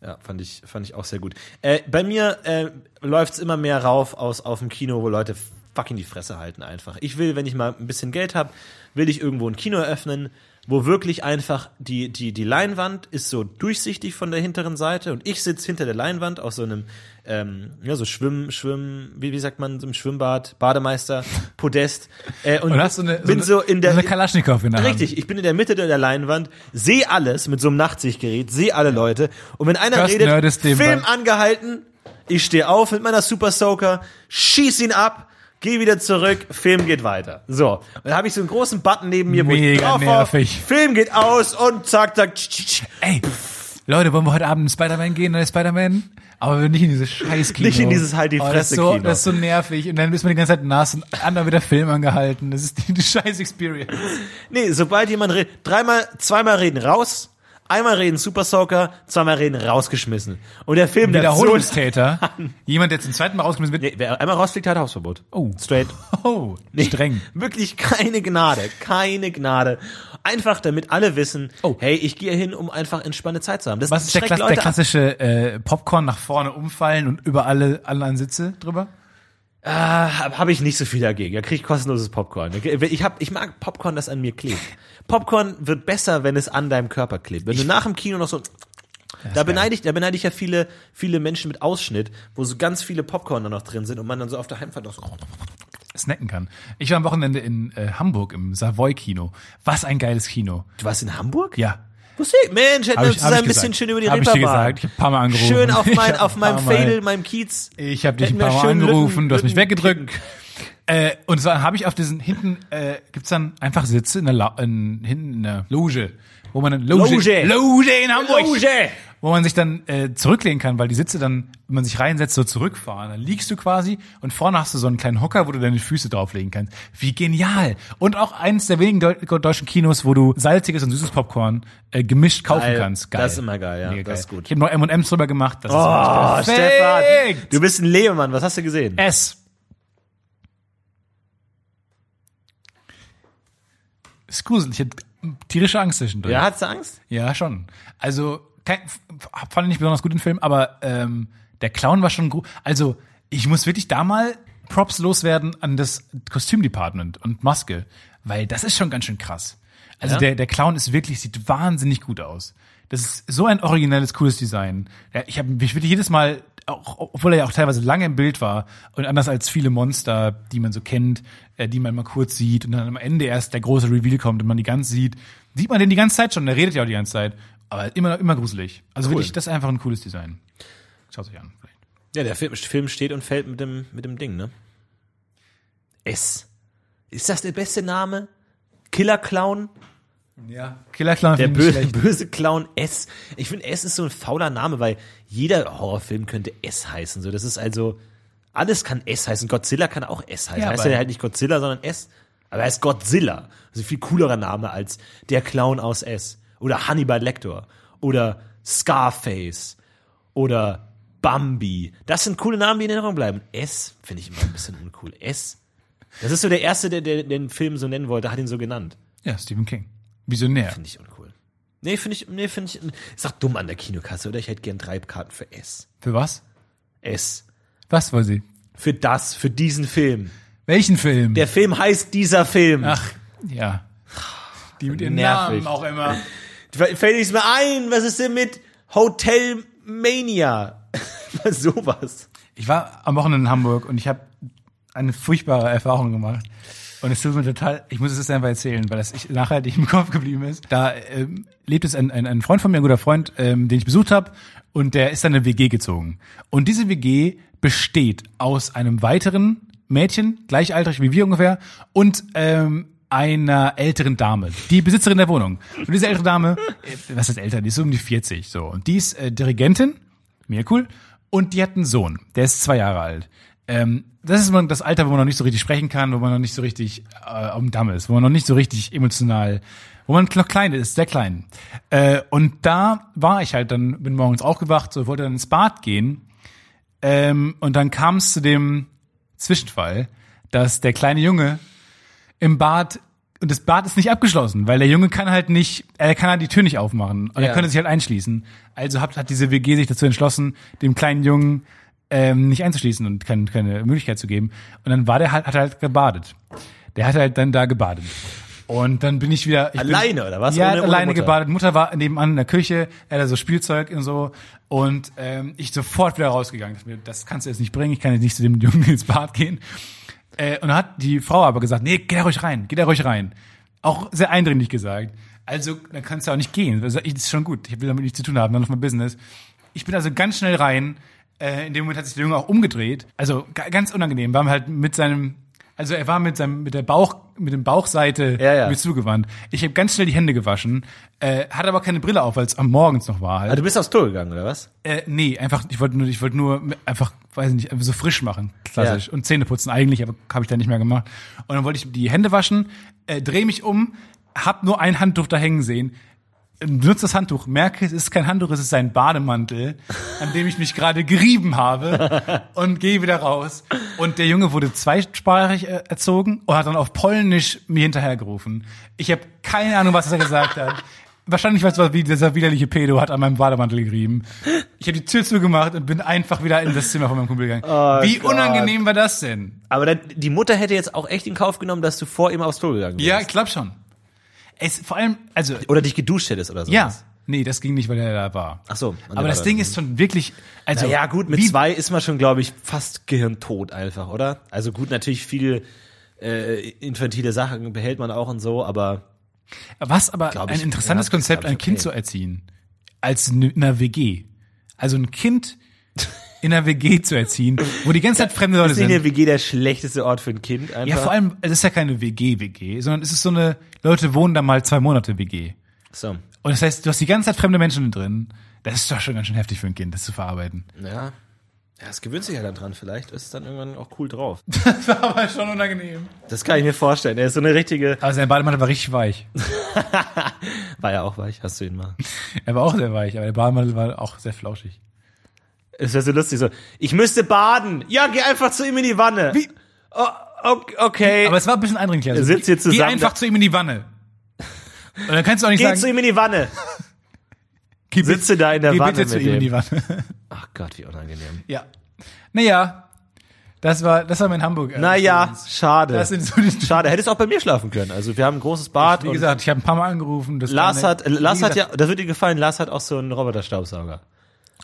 B: Ja, fand ich, fand ich auch sehr gut. Äh, bei mir äh, läuft's immer mehr rauf aus auf dem Kino, wo Leute fucking die Fresse halten einfach. Ich will, wenn ich mal ein bisschen Geld habe, will ich irgendwo ein Kino eröffnen, wo wirklich einfach die, die, die Leinwand ist so durchsichtig von der hinteren Seite und ich sitz hinter der Leinwand auf so einem, ähm, ja, so Schwimm, Schwimm, wie, wie sagt man, so einem Schwimmbad, Bademeister, Podest. Äh, und
D: Und hast du eine,
B: bin so,
D: so eine,
B: in der,
D: so eine Kalaschnikow in der Hand.
B: Richtig, ich bin in der Mitte der Leinwand, sehe alles mit so einem Nachtsichtgerät, sehe alle Leute. Und wenn einer
D: Hörst
B: redet,
D: Nerdist nebenbei.
B: Film angehalten, ich stehe auf mit meiner Super Soaker, schieß ihn ab, geh wieder zurück, Film geht weiter. So, und dann habe ich so einen großen Button neben mir, wo ich
D: Mega
B: drauf auf,
D: nervig.
B: Film geht aus und zack, zack, tsch, tsch, tsch.
D: Ey, Leute, wollen wir heute Abend in Spider-Man gehen, neue Spider-Man? Aber wir nicht in dieses scheiß Kino.
B: Nicht in dieses halt die
D: oh, das, ist so,
B: Fresse-Kino.
D: das ist so nervig. Und dann ist man die ganze Zeit nass und anderen wieder Film angehalten. Das ist die, die scheiß Experience.
B: Nee, sobald jemand redet, dreimal, zweimal reden raus, einmal reden Super Soaker, zweimal reden rausgeschmissen. Und der Film, der so,
D: Wiederholungstäter. Jemand, der zum zweiten Mal rausgeschmissen wird.
B: nee, wer einmal rausfliegt, hat Hausverbot.
D: Oh.
B: Straight.
D: Oh, streng.
B: Wirklich keine Gnade, keine Gnade. Einfach damit alle wissen,
D: Oh.
B: hey, ich gehe hier hin, um einfach entspannte Zeit zu haben. Das
D: Was ist der,
B: schreckt
D: Kla der
B: Leute ab.
D: klassische äh, Popcorn nach vorne umfallen und über alle anderen Sitze drüber?
B: Hab, hab ich nicht so viel dagegen. Da krieg ich kostenloses Popcorn. Ich, hab, ich mag Popcorn, das an mir klebt. Popcorn wird besser, wenn es an deinem Körper klebt. Wenn du nach dem Kino noch so. Da beneide, ich, da beneide ich ja viele, viele Menschen mit Ausschnitt, wo so ganz viele Popcorn da noch drin sind und man dann so auf der Heimfahrt noch so.
D: Snacken kann. Ich war am Wochenende in äh, Hamburg im Savoy Kino. Was ein geiles Kino.
B: Du warst in Hamburg?
D: Ja.
B: Wusste ich, Mensch, hätten
D: Hab
B: wir
D: ich- hab
B: zusammen
D: ich
B: ein bisschen
D: gesagt.
B: schön über die
D: Hab ich dir
B: Reeperbahn.
D: gesagt. Ich hab ein paar Mal angerufen.
B: Schön auf,
D: Ich
B: mein,
D: hab
B: auf
D: ein
B: meinem
D: paar Mal-
B: Fädel, meinem Kiez.
D: Ich habe dich ein
B: Hätten wir
D: paar Mal
B: schön
D: angerufen,
B: Lücken-
D: du hast mich
B: Lücken-
D: weggedrückt. Äh, und dann habe ich auf diesen hinten äh, gibt's dann einfach Sitze in der La in, hinten in der Loge, wo man dann Loge
B: Loge.
D: Loge in Hamburg,
B: Loge.
D: wo man sich dann äh, zurücklehnen kann, weil die Sitze dann, wenn man sich reinsetzt, so zurückfahren. Dann liegst du quasi und vorne hast du so einen kleinen Hocker, wo du deine Füße drauflegen kannst. Wie genial! Und auch eines der wenigen Deu deutschen Kinos, wo du salziges und süßes Popcorn äh, gemischt kaufen
B: Geil.
D: kannst. Geil.
B: Das ist immer geil, ja. Das ist gut.
D: Ich habe noch M&M's drüber gemacht. Das
B: Oh,
D: ist wirklich perfekt.
B: Stefan, du bist ein Lebemann. Was hast du gesehen?
D: S. Ist gruselig. Ich hatte tierische Angst zwischendurch.
B: Ja, hattest du Angst?
D: ja schon. Also, kein, f- fand ich nicht besonders gut den Film, aber ähm, der Clown war schon gut. Also, ich muss wirklich da mal Props loswerden an das Kostümdepartment und Maske, weil das ist schon ganz schön krass. Also, der, der Clown ist wirklich, sieht wahnsinnig gut aus. Das ist so ein originelles, cooles Design. Ja, Ich habe mich wirklich jedes Mal auch, obwohl er ja auch teilweise lange im Bild war und anders als viele Monster, die man so kennt, äh, die man mal kurz sieht und dann am Ende erst der große Reveal kommt und man die ganz sieht, sieht man den die ganze Zeit schon, der redet ja auch die ganze Zeit, aber immer immer gruselig. Also wirklich, das ist einfach ein cooles Design. Schaut euch an. Vielleicht.
B: Ja, der Film- Film steht und fällt mit dem, mit dem Ding, ne? S. Ist das der beste Name? Killer Clown?
D: Ja. Killer Clown
B: Der
D: finde ich
B: böse,
D: schlecht.
B: böse Clown S. Ich finde, S ist so ein fauler Name, weil jeder Horrorfilm könnte S heißen. So, das ist also, alles kann S heißen. Godzilla kann auch S heißen.
D: Ja,
B: heißt
D: aber-
B: er halt nicht Godzilla, sondern S. Aber er ist Godzilla. Also viel coolerer Name als der Clown aus S. Oder Hannibal Lecter. Oder Scarface. Oder Bambi. Das sind coole Namen, die in Erinnerung bleiben. S finde ich immer ein bisschen uncool. S. Das ist so der Erste, der, der den Film so nennen wollte, hat ihn so genannt.
D: Ja, Stephen King. Visionär.
B: Finde ich uncool. Nee, finde ich, nee, finde ich, ist doch dumm an der Kinokasse, oder? Ich hätte gern drei Karten für S.
D: Für was?
B: S.
D: Was wollen Sie?
B: Für das, für diesen Film.
D: Welchen Film?
B: Der Film heißt dieser Film.
D: Ach, ja. Die mit ihren
B: Nervig.
D: Namen auch immer.
B: Fällt nichts mehr ein. Was ist denn mit Hotel Mania? Sowas.
D: Ich war am Wochenende in Hamburg und ich habe eine furchtbare Erfahrung gemacht. Und es tut mir total, ich muss es jetzt einfach erzählen, weil das ich nachhaltig im Kopf geblieben ist. Da ähm, lebt es ein, ein, ein Freund von mir, ein guter Freund, ähm, den ich besucht habe, und der ist dann in eine WG gezogen. Und diese WG besteht aus einem weiteren Mädchen, gleichaltrig wie wir ungefähr, und ähm, einer älteren Dame, die Besitzerin der Wohnung. Und diese ältere Dame, äh, was ist älter? Die ist so um die 40, so. Und die ist äh, Dirigentin Mega cool. Und die hat einen Sohn, der ist zwei Jahre alt. Ähm, das ist immer das Alter, wo man noch nicht so richtig sprechen kann, wo man noch nicht so richtig äh, am Damm ist, wo man noch nicht so richtig emotional, wo man noch klein ist, sehr klein. Äh, und da war ich halt dann, bin morgens aufgewacht, so wollte dann ins Bad gehen. Ähm, und dann kam es zu dem Zwischenfall, dass der kleine Junge im Bad und das Bad ist nicht abgeschlossen, weil der Junge kann halt nicht, er kann halt die Tür nicht aufmachen und
B: Ja.
D: er könnte sich halt einschließen. Also hat, hat diese WG sich dazu entschlossen, dem kleinen Jungen ähm, nicht einzuschließen und keine, keine Möglichkeit zu geben. Und dann war der halt, hat er halt gebadet. Der hat halt dann da gebadet. Und dann bin ich wieder. Ich
B: Alleine,
D: bin,
B: oder was?
D: Ja,
B: Ohne- ohne
D: alleine
B: Mutter?
D: gebadet. Mutter war nebenan in der Küche, er hatte so Spielzeug und so. Und ähm, ich sofort wieder rausgegangen. Dachte mir, Das kannst du jetzt nicht bringen, ich kann jetzt nicht zu dem Jungen ins Bad gehen. Äh, und dann hat die Frau aber gesagt, nee, geh da ruhig rein, geh da ruhig rein. Auch sehr eindringlich gesagt. Also, dann kannst du auch nicht gehen. Also, ich- Das ist schon gut, ich will damit nichts zu tun haben, dann auf mein Business. Ich bin also ganz schnell rein. Äh, in dem Moment hat sich der Junge auch umgedreht. Also ga- ganz unangenehm. War halt mit seinem, also er war mit seinem, mit der Bauch, mit dem Bauchseite
B: Ja, ja.
D: mir zugewandt. Ich habe ganz schnell die Hände gewaschen, äh, hatte aber keine Brille auf, weil es am Morgens noch war. Halt.
B: Ah, du bist aufs Tor gegangen, oder was?
D: Äh, nee, einfach, ich wollte nur, ich wollte nur einfach, weiß nicht, einfach so frisch machen, klassisch. Und Zähne putzen eigentlich, aber habe ich da nicht mehr gemacht. Und dann wollte ich die Hände waschen, äh, drehe mich um, hab nur ein Handtuch da hängen sehen, benutze das Handtuch, merke, es ist kein Handtuch, es ist ein Bademantel, an dem ich mich gerade gerieben habe und gehe wieder raus. Und der Junge wurde zweisprachig äh, erzogen und hat dann auf Polnisch mir hinterhergerufen. Ich habe keine Ahnung, was er gesagt hat. Wahrscheinlich weiß was, wie dieser widerliche Pedo hat an meinem Bademantel gerieben. Ich habe die Tür zugemacht und bin einfach wieder in das Zimmer von meinem Kumpel gegangen.
B: Oh
D: wie unangenehm war das denn?
B: Aber dann, die Mutter hätte jetzt auch echt in Kauf genommen, dass du vor ihm aufs Tor gegangen bist.
D: Ja, ich glaub schon. Es vor allem, also
B: Oder dich geduscht hättest oder so.
D: ja, nee, das ging nicht, weil er da war.
B: Ach so.
D: Aber das Ding ist schon wirklich, also
B: Ja, gut, mit
D: wie-
B: zwei ist man schon, glaube ich, fast gehirntot einfach, oder? Also gut, natürlich viele äh, infantile Sachen behält man auch und so, aber
D: Was aber
B: Glaub
D: ein
B: ich,
D: interessantes
B: ja,
D: Konzept,
B: glaub ich,
D: ein Kind
B: okay.
D: zu erziehen, als in einer WG. Also ein Kind in einer WG zu erziehen, wo die ganze Zeit fremde Leute
B: Ist nicht
D: sind.
B: eine WG der schlechteste Ort für ein Kind? Einfach?
D: Ja, vor allem, es ist ja keine WG-WG, sondern es ist so eine, Leute wohnen da mal zwei Monate WG.
B: So.
D: Und das heißt, du hast die ganze Zeit fremde Menschen drin. Das ist doch schon ganz schön heftig für ein Kind, das zu verarbeiten.
B: Ja. Ja, es gewöhnt sich ja dann dran. Vielleicht ist es dann irgendwann auch cool drauf.
D: Das war aber schon unangenehm.
B: Das kann ich mir vorstellen. Er ist so eine richtige.
D: Aber sein Bademantel war richtig weich.
B: War ja auch weich, hast du ihn mal.
D: Er war auch sehr weich, aber der Bademantel war auch sehr flauschig.
B: Es wäre so lustig, so. Ich müsste baden. Ja, geh einfach zu ihm in die Wanne. Wie? Oh, ok- okay.
D: Aber es war ein bisschen eindringlich. Also,
B: Er sitzt hier
D: geh-
B: zusammen.
D: Geh einfach zu ihm in die Wanne. Und dann kannst du auch nicht
B: geh
D: sagen,
B: zu ihm in die Wanne.
D: Geh bitte-
B: Sitze da in der
D: geh
B: Wanne
D: bitte zu
B: mit
D: ihm in
B: dem.
D: die Wanne.
B: Ach Gott, wie unangenehm.
D: ja. Naja, das war, das war mein Hamburg. äh,
B: Naja,
D: Experience.
B: schade.
D: Das sind so die
B: schade. Hättest auch bei mir schlafen können. Also, wir haben ein großes Bad.
D: Wie
B: und
D: gesagt, ich habe ein paar Mal angerufen. Das
B: Lars
D: war
B: hat,
D: eine-
B: Lars
D: wie
B: hat ja,
D: gesagt,
B: das wird dir gefallen, Lars hat auch so einen Roboterstaubsauger.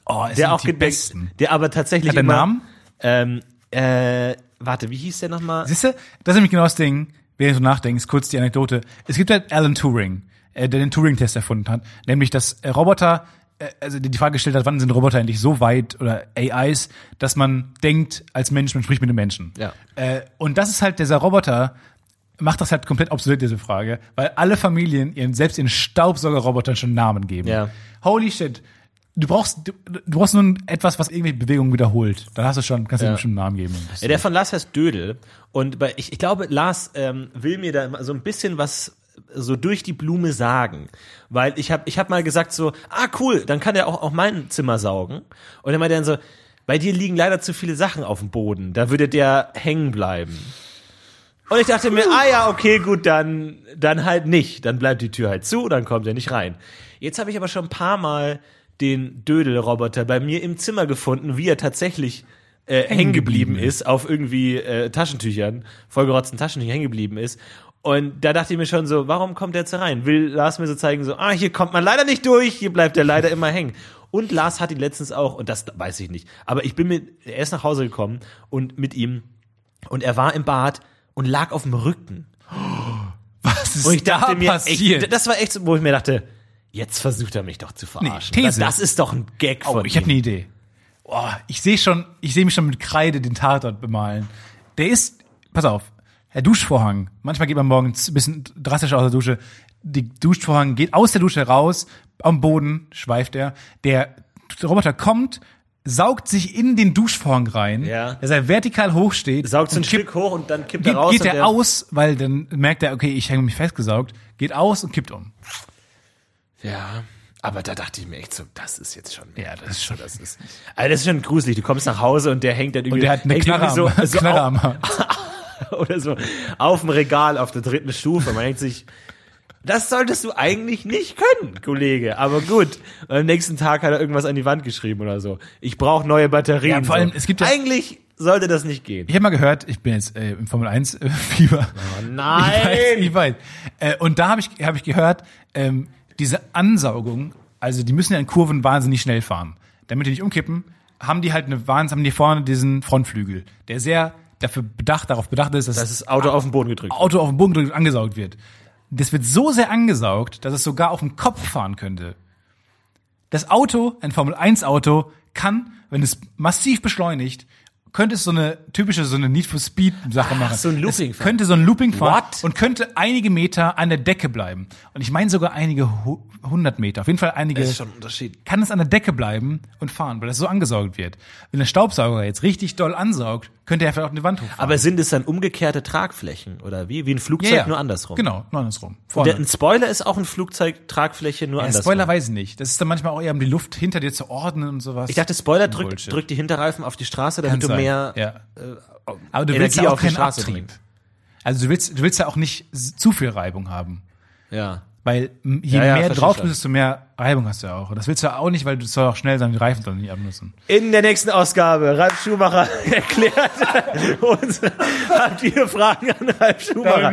D: Oh, es
B: der auch
D: die
B: gedeckt-
D: besten.
B: der aber tatsächlich
D: Hat der
B: immer,
D: Namen?
B: Ähm, äh, warte, wie hieß der nochmal?
D: Siehst du, das ist nämlich genau das Ding, während du nachdenkst, kurz die Anekdote. Es gibt halt Alan Turing, äh, der den Turing-Test erfunden hat, nämlich dass äh, Roboter, äh, also die die Frage gestellt hat, wann sind Roboter eigentlich so weit oder AIs, dass man denkt als Mensch, man spricht mit einem Menschen.
B: Ja.
D: Äh, und das ist halt dieser Roboter, macht das halt komplett obsolet, diese Frage, weil alle Familien ihren, selbst ihren Staubsaugerrobotern schon Namen geben.
B: Ja.
D: Holy shit. Du brauchst, du, du brauchst nun etwas, was irgendwelche Bewegungen wiederholt. Dann hast du schon, kannst du ihm schon einen Namen geben.
B: Ja, der von Lars heißt Dödel. Und bei, ich, ich glaube, Lars ähm, will mir da so ein bisschen was äh, so durch die Blume sagen. Weil ich habe ich hab mal gesagt so, ah cool, dann kann er auch, auch mein Zimmer saugen. Und dann meinte er dann so, bei dir liegen leider zu viele Sachen auf dem Boden. Da würde der hängen bleiben. Und ich dachte mir, ah ja, okay, gut, dann, dann halt nicht. Dann bleibt die Tür halt zu, dann kommt er nicht rein. Jetzt habe ich aber schon ein paar Mal den Dödel-Roboter bei mir im Zimmer gefunden, wie er tatsächlich äh, hängen geblieben ist, auf irgendwie äh, Taschentüchern, vollgerotzten Taschentüchern hängen geblieben ist. Und da dachte ich mir schon so, warum kommt der jetzt rein? Will Lars mir so zeigen, so, ah, hier kommt man leider nicht durch, hier bleibt er leider immer hängen. Und Lars hat ihn letztens auch, und das weiß ich nicht, aber ich bin mit, er ist nach Hause gekommen und mit ihm und er war im Bad und lag auf dem Rücken.
D: Was ist
B: Und ich dachte
D: da
B: mir,
D: passiert?
B: Echt, das war echt so, wo ich mir dachte, jetzt versucht er mich doch zu verarschen.
D: Nee, These.
B: Das ist doch ein Gag von
D: Oh, ich habe
B: ihm.
D: eine Idee. Oh, ich sehe schon, ich sehe mich schon mit Kreide den Tatort bemalen. Der ist, pass auf, der Duschvorhang. Manchmal geht man morgens ein bisschen drastisch aus der Dusche. Die Duschvorhang geht aus der Dusche raus, am Boden schweift er. Der Roboter kommt, saugt sich in den Duschvorhang rein,
B: Ja.
D: dass er vertikal hoch steht,
B: Saugt so ein
D: und kippt-
B: Stück hoch und dann kippt
D: geht,
B: er raus.
D: geht
B: und
D: er aus, weil dann merkt er, okay, ich hänge mich festgesaugt, geht aus und kippt um.
B: Ja. Aber da dachte ich mir echt so, das ist jetzt schon. Ja, das
D: ist schon-
B: das ist. Also das ist schon gruselig. Du kommst nach Hause und der hängt dann irgendwie.
D: Und der hat eine
B: hängt
D: Knarre am,
B: irgendwie so, so
D: Knarre
B: auf-
D: am Arm.
B: oder so auf dem Regal auf der dritten Stufe. Man denkt sich, das solltest du eigentlich nicht können, Kollege. Aber gut, am nächsten Tag hat er irgendwas an die Wand geschrieben oder so. Ich brauche neue Batterien.
D: Ja, vor allem,
B: so.
D: es gibt ja-
B: eigentlich sollte das nicht gehen.
D: Ich habe mal gehört, ich bin jetzt äh, im Formel 1 äh, Fieber.
B: nein!
D: Ich weiß, ich weiß. Äh, und da habe ich habe ich gehört, ähm, diese Ansaugung, also die müssen ja in Kurven wahnsinnig schnell fahren, damit die nicht umkippen, haben die halt eine wahnsinnig haben die vorne diesen Frontflügel, der sehr dafür bedacht darauf bedacht ist, dass
B: Das ist Auto auf den Boden gedrückt.
D: Auto auf den Boden gedrückt und angesaugt wird. Das wird so sehr angesaugt, dass es sogar auf den Kopf fahren könnte. Das Auto, ein Formel 1 Auto, kann, wenn es massiv beschleunigt, könnte es so eine typische, so eine Need for Speed Sache machen.
B: so ein Looping
D: Es
B: fahren.
D: könnte so ein Looping fahren
B: What?
D: und könnte einige Meter an der Decke bleiben. Und ich meine sogar einige hu- hundert Meter. Auf jeden Fall einige
B: ein Unterschied.
D: kann es an der Decke bleiben und fahren, weil das so angesaugt wird. Wenn der Staubsauger jetzt richtig doll ansaugt, könnte er vielleicht auch eine Wand hochfahren.
B: Aber sind es dann umgekehrte Tragflächen oder wie? Wie ein Flugzeug nur andersrum.
D: Genau, nur andersrum.
B: Der, ein Spoiler ist auch ein Flugzeug Tragfläche nur
D: Ja,
B: andersrum.
D: Spoiler weiß ich nicht. Das ist dann manchmal auch eher, um die Luft hinter dir zu ordnen und sowas.
B: ich dachte, Spoiler drückt,
D: Bullshit.
B: drückt die Hinterreifen auf die Straße,
D: Kann
B: damit du
D: sein.
B: mehr äh,
D: Ja. Aber du willst
B: Energie
D: ja auch
B: auf die
D: keinen
B: Straße
D: Abtrieb.
B: bringt.
D: Also du willst, du willst ja auch nicht s- zu viel Reibung haben.
B: Ja.
D: Weil m, je
B: Ja, ja,
D: mehr
B: verstehe
D: drauf
B: schon.
D: bist, desto mehr Reibung hast du ja auch. Und das willst du ja auch nicht, weil du soll auch schnell sein, die Reifen sollen nicht abnutzen.
B: In der nächsten Ausgabe, Ralf Schumacher erklärt uns, habt ihr Fragen an Ralf Schumacher?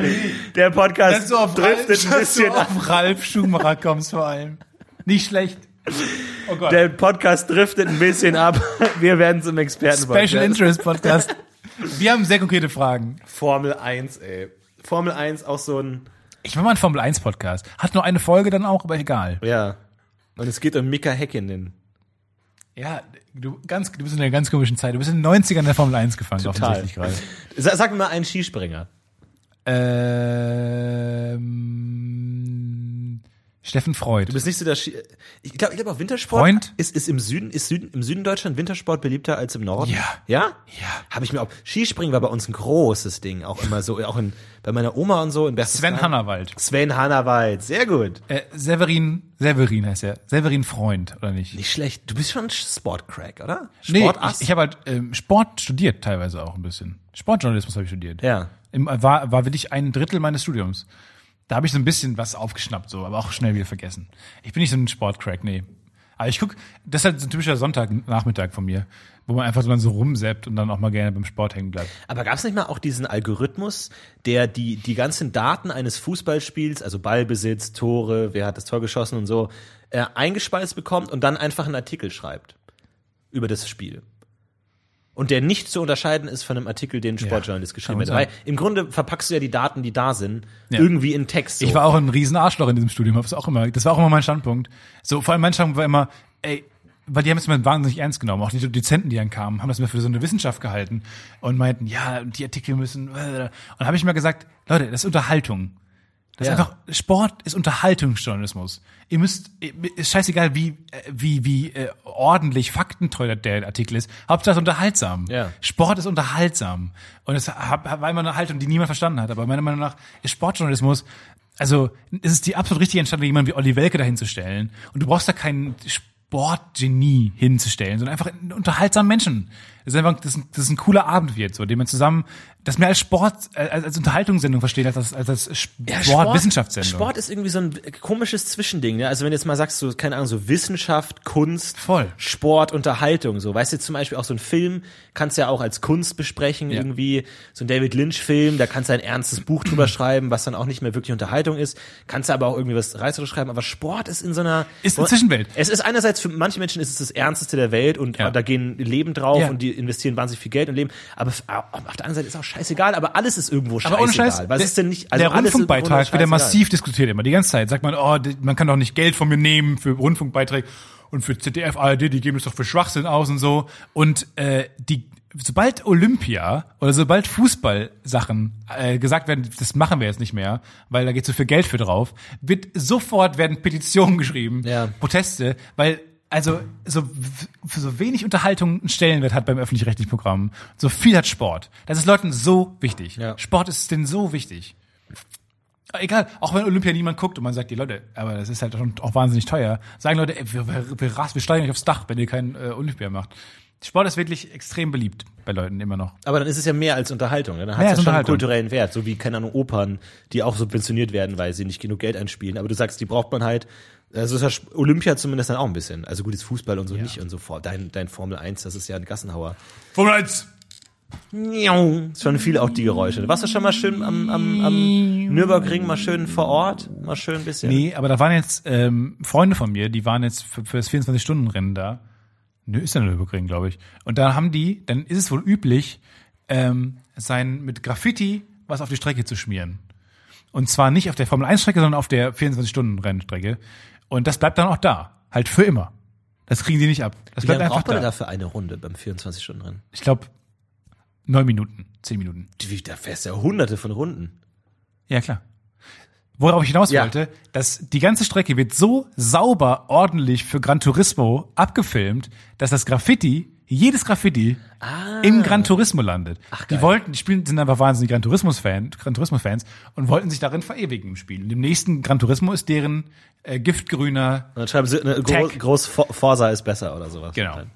B: Der Podcast driftet ein bisschen ab.
D: auf Ralf Schumacher kommst vor allem. Nicht schlecht. Oh Gott.
B: Der Podcast driftet ein bisschen ab. Wir werden zum Experten.
D: Special Interest Podcast. Wir haben sehr konkrete Fragen.
B: Formel 1, ey. Formel 1 auch so ein,
D: Ich war mal ein Formel 1 Podcast. Hat nur eine Folge dann auch, aber egal.
B: ja. Und es geht um Mika Häkkinen.
D: Ja, du, ganz, du bist in einer ganz komischen Zeit. Du bist in den 90ern in der Formel 1 gefangen,
B: Total.
D: offensichtlich gerade.
B: Sa- Sag mir mal einen Skispringer.
D: Ähm, Steffen Freud.
B: Du bist nicht so der Ski Ich glaube, ich glaube auch Wintersport
D: Freund?
B: ist ist im Süden ist Süden im Süden Deutschland Wintersport beliebter als im Norden.
D: Ja.
B: Ja?
D: Ja.
B: Habe ich mir auch Skispringen war bei uns ein großes Ding, auch immer so auch in bei meiner Oma und so in Berchtesgaden.
D: Sven Hannawald.
B: Sven Hannawald, sehr gut.
D: Äh, Severin, Severin heißt er. Severin Freund, oder nicht?
B: Nicht schlecht. Du bist schon ein Sportcrack, oder?
D: nee, ich, ich habe halt ähm, Sport studiert teilweise auch ein bisschen. Sportjournalismus habe ich studiert.
B: Ja.
D: Im, war, war wirklich ein Drittel meines Studiums. Da habe ich so ein bisschen was aufgeschnappt, so, aber auch schnell wieder vergessen. Ich bin nicht so ein Sportcrack, nee. Aber ich guck, das ist halt so ein typischer Sonntagnachmittag von mir, wo man einfach so dann so rumseppt und dann auch mal gerne beim Sport hängen bleibt.
B: Aber gab es nicht mal auch diesen Algorithmus, der die, die ganzen Daten eines Fußballspiels, also Ballbesitz, Tore, wer hat das Tor geschossen und so, äh, eingespeist bekommt und dann einfach einen Artikel schreibt? über das Spiel. Und der nicht zu unterscheiden ist von einem Artikel, den ein Sportjournalist geschrieben
D: kann
B: hat.
D: man
B: Weil
D: sagen.
B: im Grunde verpackst du ja die Daten, die da sind, irgendwie in Text. So.
D: Ich war auch ein riesen Arschloch in diesem Studium, hab's auch immer, das war auch immer mein Standpunkt. So, vor allem mein Standpunkt war immer, ey, weil die haben es immer wahnsinnig ernst genommen. Auch die Dozenten, die dann kamen, haben das immer für so eine Wissenschaft gehalten und meinten, ja, und die Artikel müssen. äh. Und dann habe ich mal gesagt, Leute, das ist Unterhaltung. Das ist
B: Ja.
D: einfach, Sport ist Unterhaltungsjournalismus. Ihr müsst, ist scheißegal, wie, äh, wie, wie äh, ordentlich faktentreu der- der Artikel ist. Hauptsache unterhaltsam.
B: Ja.
D: Sport ist unterhaltsam. Und es hab- hab- war immer eine Haltung, die niemand verstanden hat. Aber meiner Meinung nach ist Sportjournalismus, also es ist die absolut richtige Entscheidung, jemanden wie Olli Welke dahinzustellen. Und du brauchst da keinen Sportgenie hinzustellen, sondern einfach einen unterhaltsamen Menschen. Das ist einfach, das ist ein, das ist ein cooler Abend wird, so, den man zusammen, das mehr als Sport, äh, als, als Unterhaltungssendung versteht, als als, als, als
B: Ja,
D: Sportwissenschaftssendung.
B: Äh, Sport ist irgendwie so ein komisches Zwischending. Ne? Also wenn du jetzt mal sagst, so, keine Ahnung, so Wissenschaft, Kunst,
D: Voll.
B: Sport, Unterhaltung. So, weißt du, zum Beispiel auch so ein Film kannst du ja auch als Kunst besprechen. Irgendwie so ein David Lynch-Film, da kannst du ein ernstes Buch drüber schreiben, was dann auch nicht mehr wirklich Unterhaltung ist. Kannst du aber auch irgendwie was reißerisch schreiben. Aber Sport ist in so einer...
D: Ist eine Zwischenwelt.
B: Es ist einerseits, für manche Menschen ist es das Ernsteste der Welt und
D: Ja.
B: da gehen Leben drauf
D: Ja.
B: und die investieren wahnsinnig viel Geld und leben. Aber f- auf der anderen Seite ist auch scheißegal, aber alles ist irgendwo scheißegal.
D: Aber ohne Scheiß,
B: Was
D: der,
B: ist denn nicht... also
D: der
B: alles ist im Grunde
D: Rundfunkbeitrag wird
B: scheißegal.
D: ja massiv diskutiert immer, die ganze Zeit. Sagt man, oh, die- man kann doch nicht Geld von mir nehmen für Rundfunkbeiträge und für ZDF, ARD, die geben es doch für Schwachsinn aus und so. Und äh, die sobald Olympia oder sobald Fußballsachen äh, gesagt werden, das machen wir jetzt nicht mehr, weil da geht so viel Geld für drauf, wird sofort werden Petitionen geschrieben,
B: Ja.
D: Proteste, weil also so, w- für so wenig Unterhaltung einen Stellenwert hat beim öffentlich-rechtlichen Programm, so viel hat Sport. Das ist Leuten so wichtig.
B: Ja.
D: Sport ist denn so wichtig. Egal, auch wenn Olympia niemand guckt und man sagt, die Leute, aber das ist halt schon auch wahnsinnig teuer, sagen Leute, ey, wir, wir, wir, ras- wir steigen euch aufs Dach, wenn ihr keinen äh, Olympia macht. Sport ist wirklich extrem beliebt bei Leuten immer noch.
B: Aber dann ist es ja mehr als Unterhaltung. ne? Dann hat
D: Mehr
B: es ja
D: als
B: schon einen
D: Unterhaltung.
B: kulturellen Wert, so wie, keine Ahnung, Opern, die auch subventioniert werden, weil sie nicht genug Geld einspielen. Aber du sagst, die braucht man halt. Also ist ja Sp- Olympia zumindest dann auch ein bisschen. Also gut, ist Fußball und so nicht und so fort. Dein, dein Formel 1, das ist ja ein Gassenhauer.
D: Formel 1!
B: Miau. Ist schon viel auch die Geräusche. Warst du schon mal schön am, am, am Nürburgring, mal schön vor Ort? Mal schön ein bisschen.
D: Nee, aber da waren jetzt ähm, Freunde von mir, die waren jetzt für, für das 24-Stunden-Rennen da. Nö, ist ja Nürburgring, glaube ich. Und da haben die, dann ist es wohl üblich, ähm, sein mit Graffiti was auf die Strecke zu schmieren. Und zwar nicht auf der Formel-1-Strecke, sondern auf der 24-Stunden-Rennstrecke. Und das bleibt dann auch da. Halt für immer. Das kriegen die nicht ab. Das
B: Wie
D: bleibt
B: lange
D: einfach
B: braucht man
D: da.
B: denn dafür eine Runde beim 24-Stunden-Rennen?
D: Ich glaube, neun Minuten, zehn Minuten.
B: Wie, Da fährst du ja hunderte von Runden.
D: Ja, klar. Worauf ich hinaus
B: Ja.
D: wollte, dass die ganze Strecke wird so sauber, ordentlich für Gran Turismo abgefilmt, dass das Graffiti, jedes Graffiti,
B: Ah.
D: im Gran Turismo landet. die wollten, die spielen, sind einfach wahnsinnig Gran Turismo-Fan, Gran Turismo-Fans und wollten sich darin verewigen im Spiel. Und im nächsten Gran Turismo ist deren äh, giftgrüner,
B: Und dann schreiben sie, ne, gro
D: Tag.
B: groß For- Forsa ist besser oder sowas.
D: Genau.
B: Dann-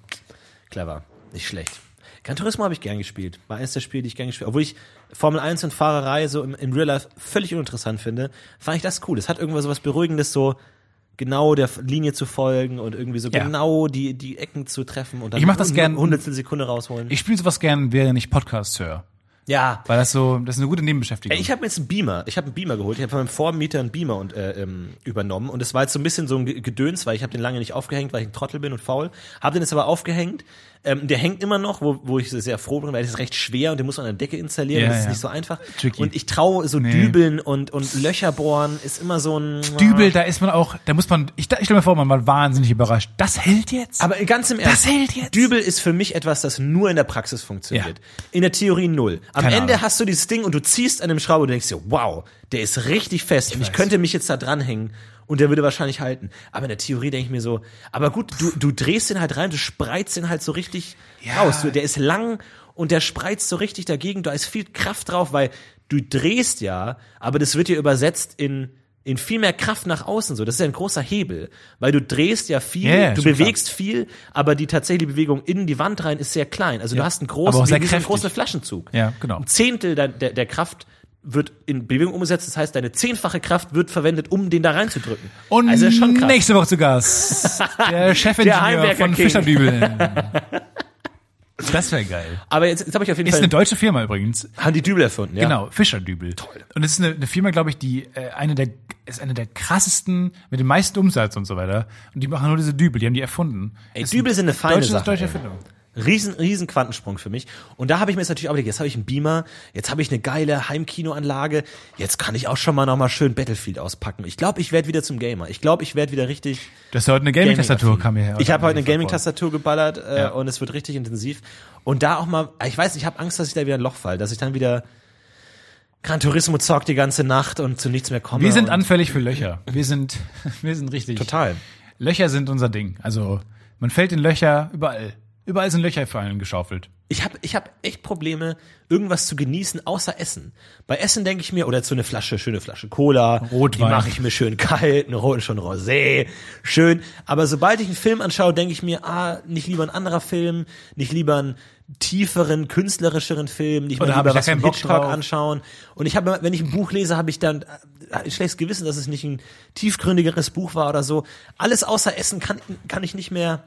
B: Clever. Nicht schlecht. Gran Turismo habe ich gern gespielt. War eines der Spiele, die ich gern gespielt habe. Obwohl ich Formel 1 und Fahrerei so im, im Real Life völlig uninteressant finde, fand ich das cool. Es hat irgendwas sowas Beruhigendes, so genau der F- Linie zu folgen und irgendwie so
D: Ja.
B: genau die, die Ecken zu treffen und dann
D: Ich mach das
B: hun-
D: gern-
B: hundertstel Sekunde rausholen.
D: ich spiele sowas gern, während ich Podcasts höre.
B: ja.
D: Weil das so, das ist eine gute Nebenbeschäftigung.
B: Ey, Ich habe mir jetzt einen Beamer, ich habe einen Beamer geholt, ich habe von meinem Vormieter einen Beamer und, äh, ähm, übernommen und es war jetzt so ein bisschen so ein Ge- Gedöns, weil ich habe den lange nicht aufgehängt, weil ich ein Trottel bin und faul, habe den jetzt aber aufgehängt, ähm, der hängt immer noch, wo, wo ich sehr froh bin, weil der ist recht schwer und den muss man an der Decke installieren,
D: Ja,
B: das ist
D: ja.
B: nicht so einfach
D: Tricky.
B: und ich traue so Dübeln und, und Löcher bohren ist immer so ein...
D: Dübel, da ist man auch, da muss man, ich, ich stelle mir vor, man war wahnsinnig überrascht. Das hält jetzt?
B: Aber ganz im Ernst,
D: Das hält jetzt.
B: Dübel ist für mich etwas, das nur in der Praxis funktioniert.
D: Ja.
B: In der Theorie null. Am
D: Keine
B: Ende
D: Ahnung.
B: hast du dieses Ding und du ziehst an dem Schraube und denkst dir, wow, der ist richtig fest und ich
D: weiß.
B: könnte mich jetzt da dranhängen und der würde wahrscheinlich halten. Aber in der Theorie denke ich mir so, aber gut, du, du drehst den halt rein, du spreizt den halt so richtig raus. Du, der ist lang und der spreizt so richtig dagegen, da ist viel Kraft drauf, weil du drehst ja, aber das wird dir übersetzt in in viel mehr Kraft nach außen so. Das ist ja ein großer Hebel, weil du drehst ja viel,
D: Ja, ja,
B: du
D: schon klar.
B: bewegst viel, aber die tatsächliche Bewegung in die Wand rein ist sehr klein. Also du hast einen
D: aber
B: großen,
D: auch sehr
B: wie- wie so einen
D: kräftig.
B: großen Flaschenzug.
D: Ja, genau.
B: Ein Zehntel der, der, der Kraft wird in Bewegung umgesetzt. Das heißt, deine zehnfache Kraft wird verwendet, um den da reinzudrücken.
D: Und
B: also ist schon krass.
D: nächste Woche zu Gast der
B: Der
D: Chefingenieur
B: Heimwerker
D: von
B: King.
D: Fischerdübel. Das wäre geil.
B: Aber jetzt, jetzt habe ich auf jeden
D: Ist
B: Fall
D: eine deutsche Firma übrigens.
B: haben die Dübel erfunden, ja.
D: Genau, Fischerdübel. Toll. Und es ist eine, eine Firma, glaube ich, die äh, eine der ist eine der krassesten mit dem meisten Umsatz und so weiter. Und die machen nur diese Dübel, die haben die erfunden.
B: Ey,
D: Ist
B: Dübel
D: ein-
B: sind eine feine
D: deutsche,
B: Sache,
D: Deutsche
B: ey.
D: Erfindung.
B: Riesen, riesen Quantensprung für mich. Und da habe ich mir jetzt natürlich auch überlegt, jetzt habe ich einen Beamer, jetzt habe ich eine geile Heimkinoanlage, jetzt kann ich auch schon mal nochmal schön Battlefield auspacken. Ich glaube, ich werde wieder zum Gamer. Ich glaube, ich werde wieder richtig.
D: Du hast ja heute eine Gaming-Tastatur,
B: Gaming-affin.
D: kam hierher.
B: Ich habe heute eine
D: Vor.
B: Gaming-Tastatur geballert äh,
D: Ja.
B: und es wird richtig intensiv. Und da auch mal, ich weiß, ich habe Angst, dass ich da wieder ein Loch fall, dass ich dann wieder Gran Turismo zockt die ganze Nacht und zu nichts mehr komme.
D: Wir sind
B: und-
D: anfällig für Löcher. Wir sind, wir sind richtig.
B: Total.
D: Löcher sind unser Ding. Also, man fällt in Löcher überall. Überall sind Löcher für einen geschaufelt.
B: Ich habe ich hab echt Probleme, irgendwas zu genießen, außer Essen. Bei Essen denke ich mir, oder zu eine Flasche, schöne Flasche Cola,
D: Rotwein.
B: die mache ich mir schön kalt, einen roten schon Rosé, schön. Aber sobald ich einen Film anschaue, denke ich mir, ah, nicht lieber ein anderer Film, nicht lieber einen tieferen, künstlerischeren Film, nicht mal
D: Oder hab
B: lieber
D: ich da
B: was von
D: keinen Bock
B: Hitchcock
D: drauf?
B: anschauen. Und ich habe, wenn ich ein Buch lese, habe ich dann äh, ein schlechtes Gewissen, dass es nicht ein tiefgründigeres Buch war oder so. Alles außer Essen kann, kann ich nicht mehr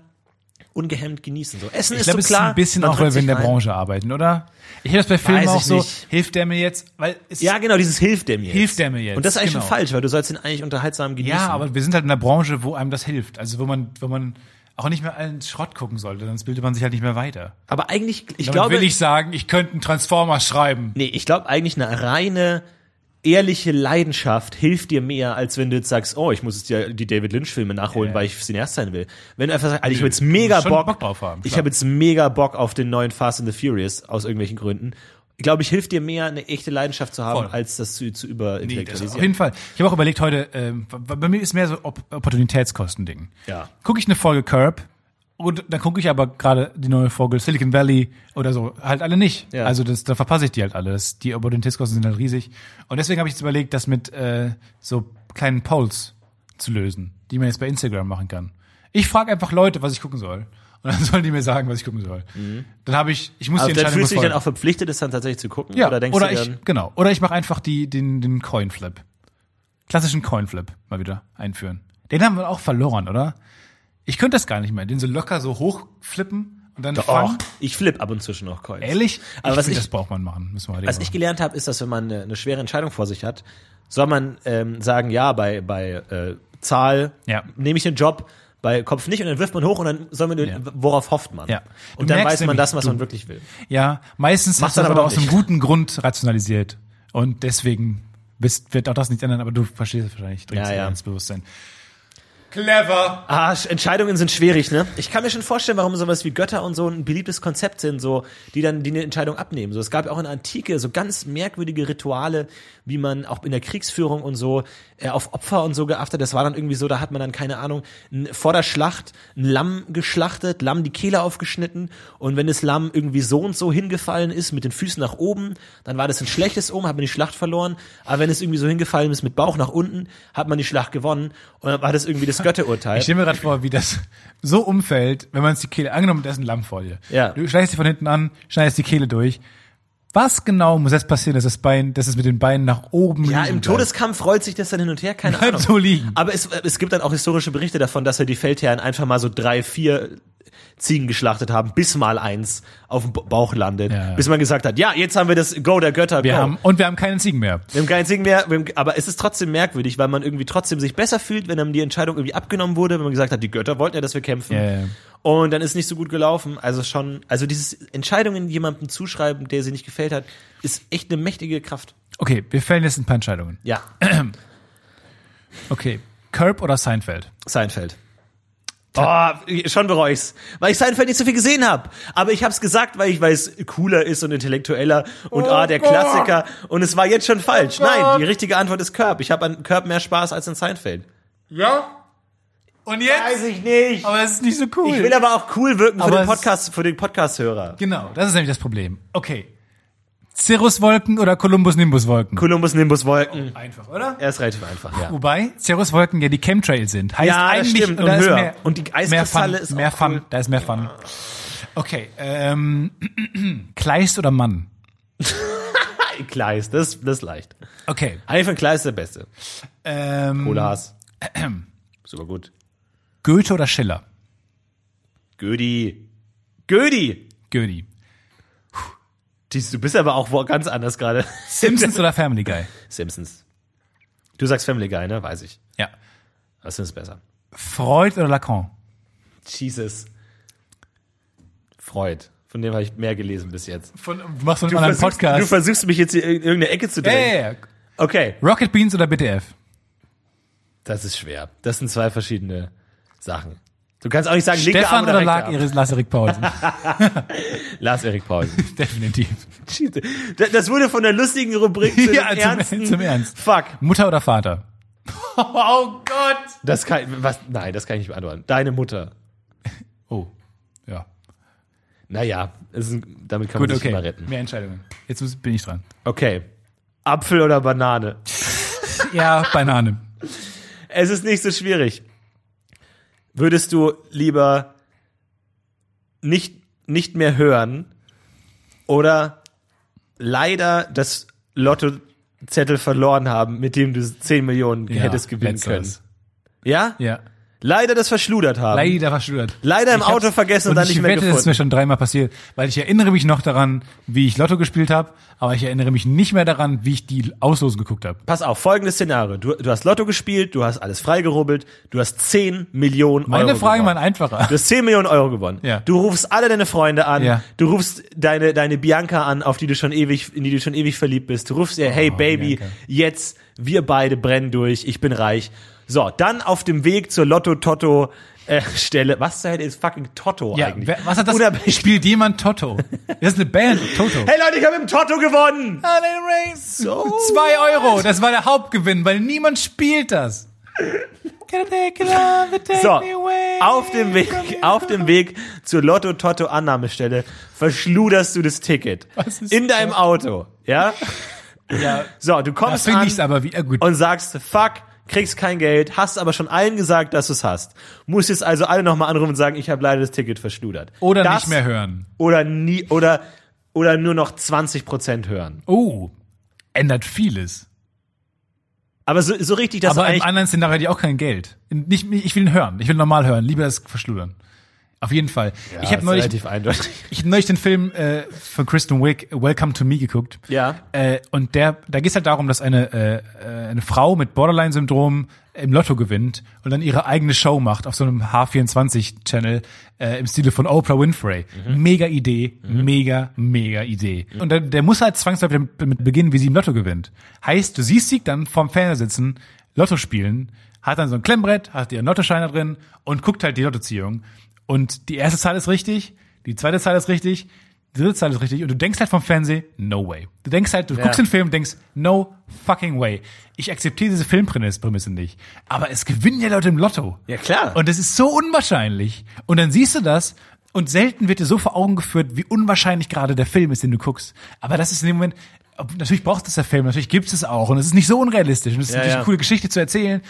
B: ungehemmt genießen. So Essen
D: Ich
B: ist
D: glaube,
B: so
D: es ist
B: klar.
D: ein bisschen
B: man
D: auch,
B: drückt
D: weil wir
B: sich
D: in der
B: rein.
D: Branche arbeiten, oder? Ich höre das bei Filmen
B: Weiß
D: auch
B: ich
D: so,
B: nicht.
D: hilft der mir jetzt? Weil es
B: Ja, genau, dieses hilft der mir.
D: Hilft
B: jetzt.
D: der mir jetzt,
B: Und das ist eigentlich
D: genau.
B: schon falsch, weil du sollst ihn eigentlich unterhaltsam genießen.
D: Ja, aber wir sind halt in einer Branche, wo einem das hilft. Also wo man, wo man auch nicht mehr allen Schrott gucken sollte, sonst bildet man sich halt nicht mehr weiter.
B: aber eigentlich, ich
D: Damit
B: glaube,
D: will ich sagen, ich könnte einen Transformer schreiben.
B: nee, ich glaube eigentlich eine reine ehrliche Leidenschaft hilft dir mehr, als wenn du jetzt sagst, oh, ich muss jetzt ja die David Lynch Filme nachholen, weil ich Cineast sein will. Wenn du einfach sagst, Alter, ich habe jetzt mega
D: musst schon
B: Bock,
D: Bock drauf haben,
B: ich
D: klar.
B: habe jetzt mega Bock auf den neuen Fast and the Furious aus irgendwelchen Gründen. Ich glaube, ich hilft dir mehr, eine echte Leidenschaft zu haben,
D: Voll.
B: als das zu, zu
D: Nee, das
B: überintellektualisieren.
D: auf jeden Fall. Ich habe auch überlegt heute, ähm, bei mir ist mehr so Op Opportunitätskosten-Ding.
B: Ja.
D: Gucke ich eine Folge Curb und dann gucke ich aber gerade die neue Folge Silicon Valley oder so, halt alle nicht.
B: Ja.
D: Also das, da verpasse ich die halt alle. Das, die Opportunitätskosten sind halt riesig. Und deswegen habe ich jetzt überlegt, das mit äh, so kleinen Polls zu lösen, die man jetzt bei Instagram machen kann. Ich frage einfach Leute, was ich gucken soll. Und dann sollen die mir sagen, was ich gucken soll. Dann habe ich, ich muss
B: Mhm. also
D: die
B: dann
D: Entscheidung
B: fühlst du dich dann
D: befolgen.
B: auch verpflichtet, das dann tatsächlich zu gucken?
D: Ja,
B: oder
D: oder,
B: denkst du dann,
D: ich, genau. Oder ich mache einfach die, den, den Coinflip. Klassischen Coinflip mal wieder einführen. Den haben wir auch verloren, oder? Ich könnte das gar nicht mehr. Den so locker so hochflippen und dann
B: Och,
D: fangen.
B: oh, ich flipp ab und zu schon noch Coins.
D: Ehrlich?
B: Aber was
D: find,
B: ich- Also
D: das braucht man machen. Müssen wir heute
B: Was
D: machen.
B: ich gelernt habe, ist, dass wenn man eine, eine schwere Entscheidung vor sich hat, soll man ähm, sagen, ja, bei, bei äh, Zahl
D: Ja.
B: nehme ich den Job, bei Kopf nicht und dann wirft man hoch und dann soll man, worauf hofft man.
D: Ja. Du
B: Und dann
D: merkst
B: weiß man
D: nämlich,
B: das, was
D: du-
B: man wirklich will.
D: Ja, meistens
B: Machst
D: hast du das
B: dann
D: aber
B: aber
D: aus
B: doch
D: einem
B: nicht.
D: guten Grund rationalisiert. Und deswegen bist, wird auch das nichts ändern, aber du verstehst es wahrscheinlich, dringst
B: Ja,
D: ja,
B: ja.
D: ins Bewusstsein. Clever!
B: Ah, Sch- Entscheidungen sind schwierig, ne? Ich kann mir schon vorstellen, warum sowas wie Götter und so ein beliebtes Konzept sind, so, die dann die eine Entscheidung abnehmen. So, es gab ja auch in der Antike so ganz merkwürdige Rituale, wie man auch in der Kriegsführung und so äh, auf Opfer und so geachtet. Das war dann irgendwie so, da hat man dann, keine Ahnung, n- vor der Schlacht ein Lamm geschlachtet, Lamm die Kehle aufgeschnitten und wenn das Lamm irgendwie so und so hingefallen ist, mit den Füßen nach oben, dann war das ein schlechtes Omen, hat man die Schlacht verloren. Aber wenn es irgendwie so hingefallen ist mit Bauch nach unten, hat man die Schlacht gewonnen und dann war das irgendwie das Götterurteil.
D: Ich stelle mir gerade vor, wie das so umfällt, wenn man es die Kehle angenommen, da ist ein Lamm vor dir.
B: Ja.
D: Du schneidest sie von hinten an, schneidest die Kehle durch. Was genau muss jetzt passieren, dass das Bein, dass es mit den Beinen nach oben
B: Ja,
D: liegen
B: im
D: bleibt?
B: Todeskampf rollt sich das dann hin und her, keine
D: Bleibt
B: Ahnung.
D: so liegen.
B: Aber es, es gibt dann auch historische Berichte davon, dass ja die Feldherren einfach mal so drei, vier Ziegen geschlachtet haben, bis mal eins auf dem Ba- Bauch landet.
D: Ja, ja.
B: Bis man gesagt hat, ja, jetzt haben wir das Go der Götter.
D: Wir
B: go.
D: haben, und wir haben keine Ziegen mehr.
B: wir haben keinen Ziegen mehr, wir haben, aber es ist trotzdem merkwürdig, weil man irgendwie trotzdem sich besser fühlt, wenn einem die Entscheidung irgendwie abgenommen wurde, wenn man gesagt hat, die Götter wollten ja, dass wir kämpfen.
D: Ja, ja.
B: Und dann ist nicht so gut gelaufen. Also schon, also dieses Entscheidungen jemandem zuschreiben, der sie nicht gefällt hat, ist echt eine mächtige Kraft.
D: Okay, wir fällen jetzt ein paar Entscheidungen.
B: Ja,
D: Okay. Curb oder Seinfeld?
B: Seinfeld. Oh, schon bereue ich's, weil ich Seinfeld nicht so viel gesehen habe. Aber ich hab's gesagt, weil ich weil es cooler ist und intellektueller und ah der Klassiker. Und es war jetzt schon falsch. Nein, die richtige Antwort ist Curb. Ich habe an Curb mehr Spaß als an Seinfeld.
D: Und jetzt?
B: ich nicht.
D: Aber es ist nicht so cool.
B: Ich will aber auch cool wirken für
D: Aber
B: den
D: es-
B: Podcast, für den Podcast-Hörer.
D: genau, das ist nämlich das Problem. Okay. Cirruswolken oder Columbus-Nimbus-Wolken?
B: Columbus Nimbus Wolken.
D: Einfach, oder?
B: Er ist relativ einfach. Ja.
D: Wobei Cirruswolken ja die Chemtrail sind. Heißt
B: Ja, das
D: eigentlich
B: stimmt,
D: und
B: und
D: da ist
B: höher.
D: mehr
B: Und die
D: mehr Fun,
B: Eiskristalle ist auch
D: mehr Fun,
B: cool.
D: da ist mehr Fun. Okay, ähm, Kleist oder Mann?
B: Kleist, das, das ist leicht.
D: Okay,
B: Heil von Kleist ist der Beste.
D: ähm,
B: Oder Haas. Super gut.
D: Goethe oder Schiller?
B: Gödi. Gödi.
D: Goody.
B: Dies- Du bist aber auch wo- ganz anders gerade.
D: Simpsons oder Family Guy?
B: Simpsons. Du sagst Family Guy, ne? Weiß ich.
D: Ja.
B: Das ist besser.
D: Freud oder Lacan?
B: Jesus. Freud. Von dem habe ich mehr gelesen bis jetzt.
D: Von, du machst so einen anderen
B: versuchst, du
D: Podcast.
B: versuchst mich jetzt hier in irgendeine Ecke zu drängen.
D: Hey,
B: Okay.
D: Rocket Beans oder BTF?
B: Das ist schwer. Das sind zwei verschiedene Sachen. Du kannst auch nicht sagen, linke Arm
D: Stefan
B: oder,
D: oder
B: rechte
D: Lag
B: Arm.
D: Iris Lasse-Rick Paulsen?
B: Lars Erik Paulsen.
D: Definitiv.
B: Das das wurde von der lustigen Rubrik zu
D: Ja,
B: dem
D: zum-
B: ernsten.
D: zum Ernst.
B: Fuck.
D: Mutter oder Vater? Oh Gott!
B: Das kann, was, nein, das kann ich nicht beantworten. Deine Mutter.
D: Oh, ja.
B: Naja, es ist, ein- damit kann
D: Gut,
B: man sich
D: okay.
B: immer retten.
D: Mehr Entscheidungen. Jetzt muss- bin ich dran.
B: Okay. Apfel oder Banane?
D: Ja, Banane.
B: Es ist nicht so schwierig. Würdest du lieber nicht, nicht mehr hören oder leider das Lottozettel verloren haben, mit dem du 10 Millionen
D: Ja,
B: hättest gewinnen
D: letzteres.
B: können? Ja?
D: Ja.
B: Leider das verschludert haben.
D: Leider verschudert.
B: Leider im
D: Ich hab's-
B: Auto vergessen und dann nicht
D: ich
B: mehr
D: wette, das ist
B: gefunden.
D: mir schon dreimal passiert, weil ich erinnere mich noch daran, wie ich Lotto gespielt habe, aber ich erinnere mich nicht mehr daran, wie ich die Auslosung geguckt habe.
B: Pass auf, folgendes Szenario. Du, du hast Lotto gespielt, du hast alles freigerubbelt, du hast 10 Millionen Euro.
D: Meine Fragen
B: gewonnen.
D: waren einfacher.
B: Du hast 10 Millionen Euro gewonnen.
D: Ja.
B: Du rufst alle deine Freunde an.
D: Ja.
B: Du rufst deine, deine Bianca an, auf die du schon ewig, in die du schon ewig verliebt bist. Du rufst ihr, hey Baby,
D: Oh, Bianca.
B: jetzt, wir beide brennen durch, ich bin reich. So, dann auf dem Weg zur Lotto-Totto, äh, Stelle. Was zur Hölle ist fucking Totto
D: Ja,
B: eigentlich?
D: wer, was hat das?
B: Unabhängig-
D: Spielt jemand Toto? Das ist eine Band, Toto.
B: Hey Leute, ich habe im Totto gewonnen!
D: So. Zwei Euro, das war der Hauptgewinn, weil niemand spielt das. Can I take it all, but take
B: So,
D: me away?
B: auf dem Weg, auf dem Weg zur Lotto-Totto-Annahmestelle verschluderst du das Ticket.
D: Was ist
B: In deinem Auto, ja?
D: Ja,
B: So, du
D: das
B: kommst
D: finde
B: an
D: ich aber wie, ja, gut.
B: und sagst, fuck, kriegst kein Geld, hast aber schon allen gesagt, dass du es hast. Musst jetzt also alle nochmal anrufen und sagen, ich habe leider das Ticket verschludert.
D: Oder
B: das,
D: nicht mehr hören.
B: Oder nie, oder, oder nur noch 20% hören.
D: Oh, ändert vieles.
B: Aber so, so richtig, dass du
D: Aber im
B: Also eigentlich
D: anderen Szenario hätte ich auch kein Geld. Nicht, ich will ihn hören. Ich will normal hören. Lieber das verschludern. Auf jeden Fall. ich
B: das
D: habe
B: ist
D: neulich,
B: Ah, relativ eindeutig.
D: ich hab neulich den Film äh, von Kristen Wiig, Welcome to Me, geguckt.
B: Ja.
D: Äh, und der, da geht's halt darum, dass eine, äh, äh, eine Frau mit Borderline-Syndrom im Lotto gewinnt und dann ihre eigene Show macht auf so einem H24-Channel äh, im Stile von Oprah Winfrey. Mega Idee, mega, mega Idee. Und der, der muss halt zwangsläufig damit beginnen, wie sie im Lotto gewinnt. Heißt, du siehst sie dann vorm Fernseher sitzen, Lotto spielen, hat dann so ein Klemmbrett, hat ihren Lottoschein da drin und guckt halt die Lottoziehung. Und die erste Zahl ist richtig, die zweite Zahl ist richtig, die dritte Zahl ist richtig. Und du denkst halt vom Fernsehen, no way. Du denkst halt, du guckst den Film und denkst, no fucking way. Ich akzeptiere diese Filmprämisse Prämisse nicht. Aber es gewinnen ja Leute im Lotto.
B: Ja, klar.
D: Und es ist so unwahrscheinlich. Und dann siehst du das und selten wird dir so vor Augen geführt, wie unwahrscheinlich gerade der Film ist, den du guckst. Aber das ist in dem Moment, ob- natürlich brauchst du es der Film, natürlich gibt es es auch und es ist nicht so unrealistisch und es ist
B: Ja,
D: natürlich
B: ja.
D: eine coole Geschichte zu erzählen.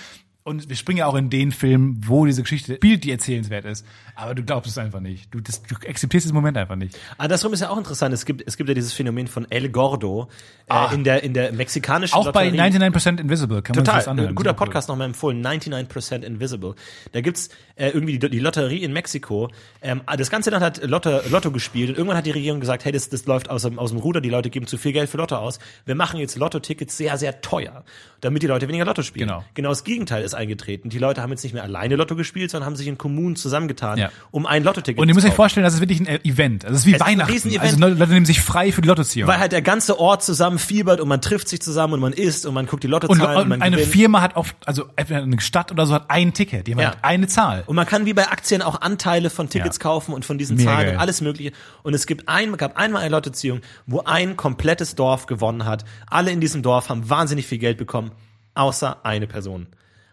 D: Und wir springen ja auch in den Film, wo diese Geschichte spielt, die erzählenswert ist. Aber du glaubst es einfach nicht. Du, das, du akzeptierst diesen Moment einfach nicht.
B: Andersrum Ah, ist ja auch interessant. Es gibt, es gibt ja dieses Phänomen von El Gordo äh, in, der, in der mexikanischen
D: Auch bei
B: Lotterie.
D: 99% Invisible kann man sich
B: Total,
D: das anhören.
B: ein guter
D: Super cool.
B: Podcast nochmal empfohlen, 99% Invisible. Da gibt's äh, irgendwie die, die Lotterie in Mexiko. Ähm, das ganze Land hat Lotto, Lotto gespielt und irgendwann hat die Regierung gesagt, hey, das, das läuft aus dem, aus dem Ruder, die Leute geben zu viel Geld für Lotto aus. Wir machen jetzt Lotto-Tickets sehr, sehr teuer, damit die Leute weniger Lotto spielen.
D: Genau.
B: genau das Gegenteil ist eingetreten. Die Leute haben jetzt nicht mehr alleine Lotto gespielt, sondern haben sich in Kommunen zusammengetan,
D: Ja.
B: um ein Lotto-Ticket
D: Und ihr müsst
B: zu
D: euch
B: kaufen.
D: vorstellen, das ist wirklich ein äh, Event. Also es ist wie
B: ist ein
D: Weihnachten.
B: Riesenevent.
D: also Leute nehmen sich frei für die Lottoziehung.
B: Weil halt der ganze Ort zusammen fiebert und man trifft sich zusammen und man isst und man guckt die
D: Und,
B: Lottozahlen und,
D: und
B: man
D: eine
B: gewinnt.
D: Firma hat oft, also entweder eine Stadt oder so hat ein Ticket, die haben
B: Ja.
D: halt eine Zahl.
B: Und man kann wie bei Aktien auch Anteile von Tickets
D: Ja.
B: kaufen und von diesen
D: Mega
B: Zahlen
D: geil.
B: und alles Mögliche. Und es gibt ein, gab einmal eine Lottoziehung, wo ein komplettes Dorf gewonnen hat. Alle in diesem Dorf haben wahnsinnig viel Geld bekommen, außer eine Person.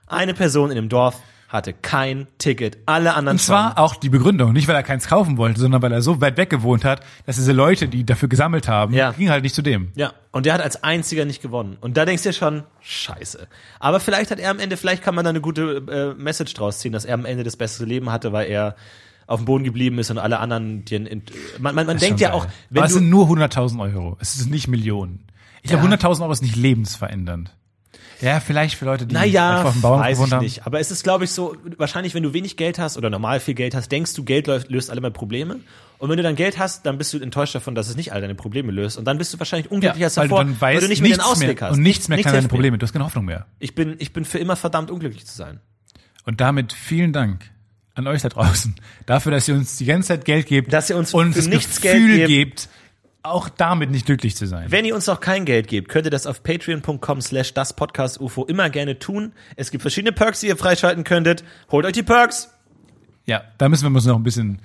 B: Eine Person in dem Dorf hatte kein Ticket. Alle anderen
D: Und zwar auch die Begründung, nicht weil er keins kaufen wollte, sondern weil er so weit weg gewohnt hat, dass diese Leute, die dafür gesammelt haben,
B: Ja.
D: gingen halt nicht zu dem.
B: Ja, und der hat als einziger nicht gewonnen. Und da denkst du dir schon, scheiße. Aber vielleicht hat er am Ende, vielleicht kann man da eine gute äh, Message draus ziehen, dass er am Ende das bessere Leben hatte, weil er auf dem Boden geblieben ist und alle anderen, die in, in, man, man, man
D: Das ist
B: denkt
D: schon
B: ja auch,
D: geil.
B: wenn
D: Aber es
B: du,
D: sind nur 100.000 Euro. Es ist nicht Millionen. Ich glaube, 100.000 Euro ist nicht lebensverändernd. Ja, vielleicht für Leute, die
B: Naja,
D: Hm, einfach auf dem Bauernhof
B: weiß ich
D: gewohnt haben.
B: nicht. Aber es ist, glaube ich, so, wahrscheinlich, wenn du wenig Geld hast oder normal viel Geld hast, denkst du, Geld läuft, löst alle meine Probleme. Und wenn du dann Geld hast, dann bist du enttäuscht davon, dass es nicht all deine Probleme löst. Und dann bist du wahrscheinlich unglücklicher als
D: weil
B: davor,
D: du dann weißt,
B: weil du nicht mehr den
D: nichts
B: Ausweg
D: mehr,
B: hast.
D: Und nichts mehr kann deine
B: hilft mir.
D: Probleme. Du hast keine Hoffnung mehr.
B: Ich bin, ich bin für immer verdammt unglücklich zu sein.
D: Und damit vielen Dank an euch da draußen dafür, dass ihr uns die ganze Zeit Geld gebt.
B: Dass ihr uns
D: und
B: für
D: das
B: nichts
D: Gefühl
B: Geld
D: gebt, auch damit nicht glücklich zu sein.
B: Wenn ihr uns noch kein Geld gebt, könnt ihr das auf patreon.com slash das Podcast UFO immer gerne tun. Es gibt verschiedene Perks, die ihr freischalten könntet. Holt euch die Perks!
D: Ja, da müssen wir uns noch ein bisschen.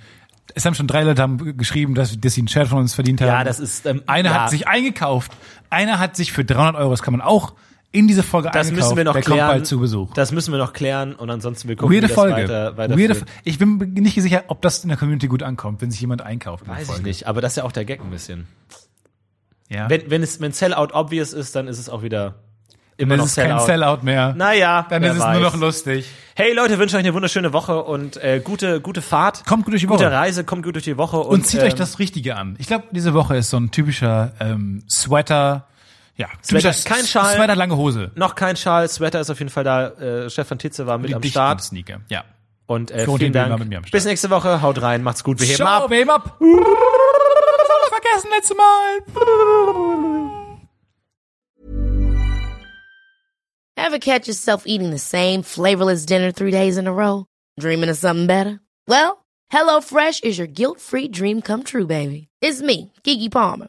D: Es haben schon drei Leute haben geschrieben, dass, dass sie einen Shirt von uns verdient haben.
B: Ja, das ist, ähm,
D: Einer
B: ja.
D: hat sich eingekauft. Einer hat sich für 300 Euro. Das kann man auch in diese Folge
B: Das
D: eingekauft.
B: müssen wir noch
D: Der
B: klären.
D: kommt bald zu Besuch.
B: Das müssen wir noch klären und ansonsten wir gucken,
D: Weirde
B: wie das
D: Folge.
B: weiter, weiter
D: Weirde,
B: führt.
D: Fo- ich bin nicht sicher, ob das in der Community gut ankommt, wenn sich jemand einkauft. in der
B: Weiß ich
D: Folge.
B: nicht, aber das ist ja auch der Gag ein bisschen.
D: Ja.
B: Wenn, wenn es wenn Sellout obvious ist, dann ist es auch wieder immer
D: dann
B: noch
D: ist es halt kein
B: Sellout.
D: Sellout mehr.
B: Naja,
D: Dann
B: wer
D: ist es
B: weiß.
D: nur noch lustig.
B: Hey Leute, wünsche euch eine wunderschöne Woche und äh, gute gute Fahrt.
D: Kommt gut durch die
B: Gute
D: Woche.
B: Reise, kommt gut durch die Woche und,
D: Und zieht
B: ähm,
D: euch das Richtige an. Ich glaube, diese Woche ist so ein typischer ähm, Sweater. Ja, typischer
B: kein Schal.
D: Sweater, lange Hose.
B: noch kein Schal, Sweater ist auf jeden Fall da. Äh, Stefan Titze war mit am
D: Dichten
B: Start
D: Sneaker. Ja.
B: und äh, vielen
D: Florentin Will war
B: Dank.
D: mit mir am Start.
B: Bis nächste Woche, haut rein, macht's gut, wir heben
D: Ciao,
B: ab.
D: wir heben ab. Vergessen letzte Mal.
E: Ever catch yourself eating the same flavorless dinner three days in a row? Dreaming of something better? Well, HelloFresh is your guilt-free dream come true, baby. It's me, Gigi Palmer.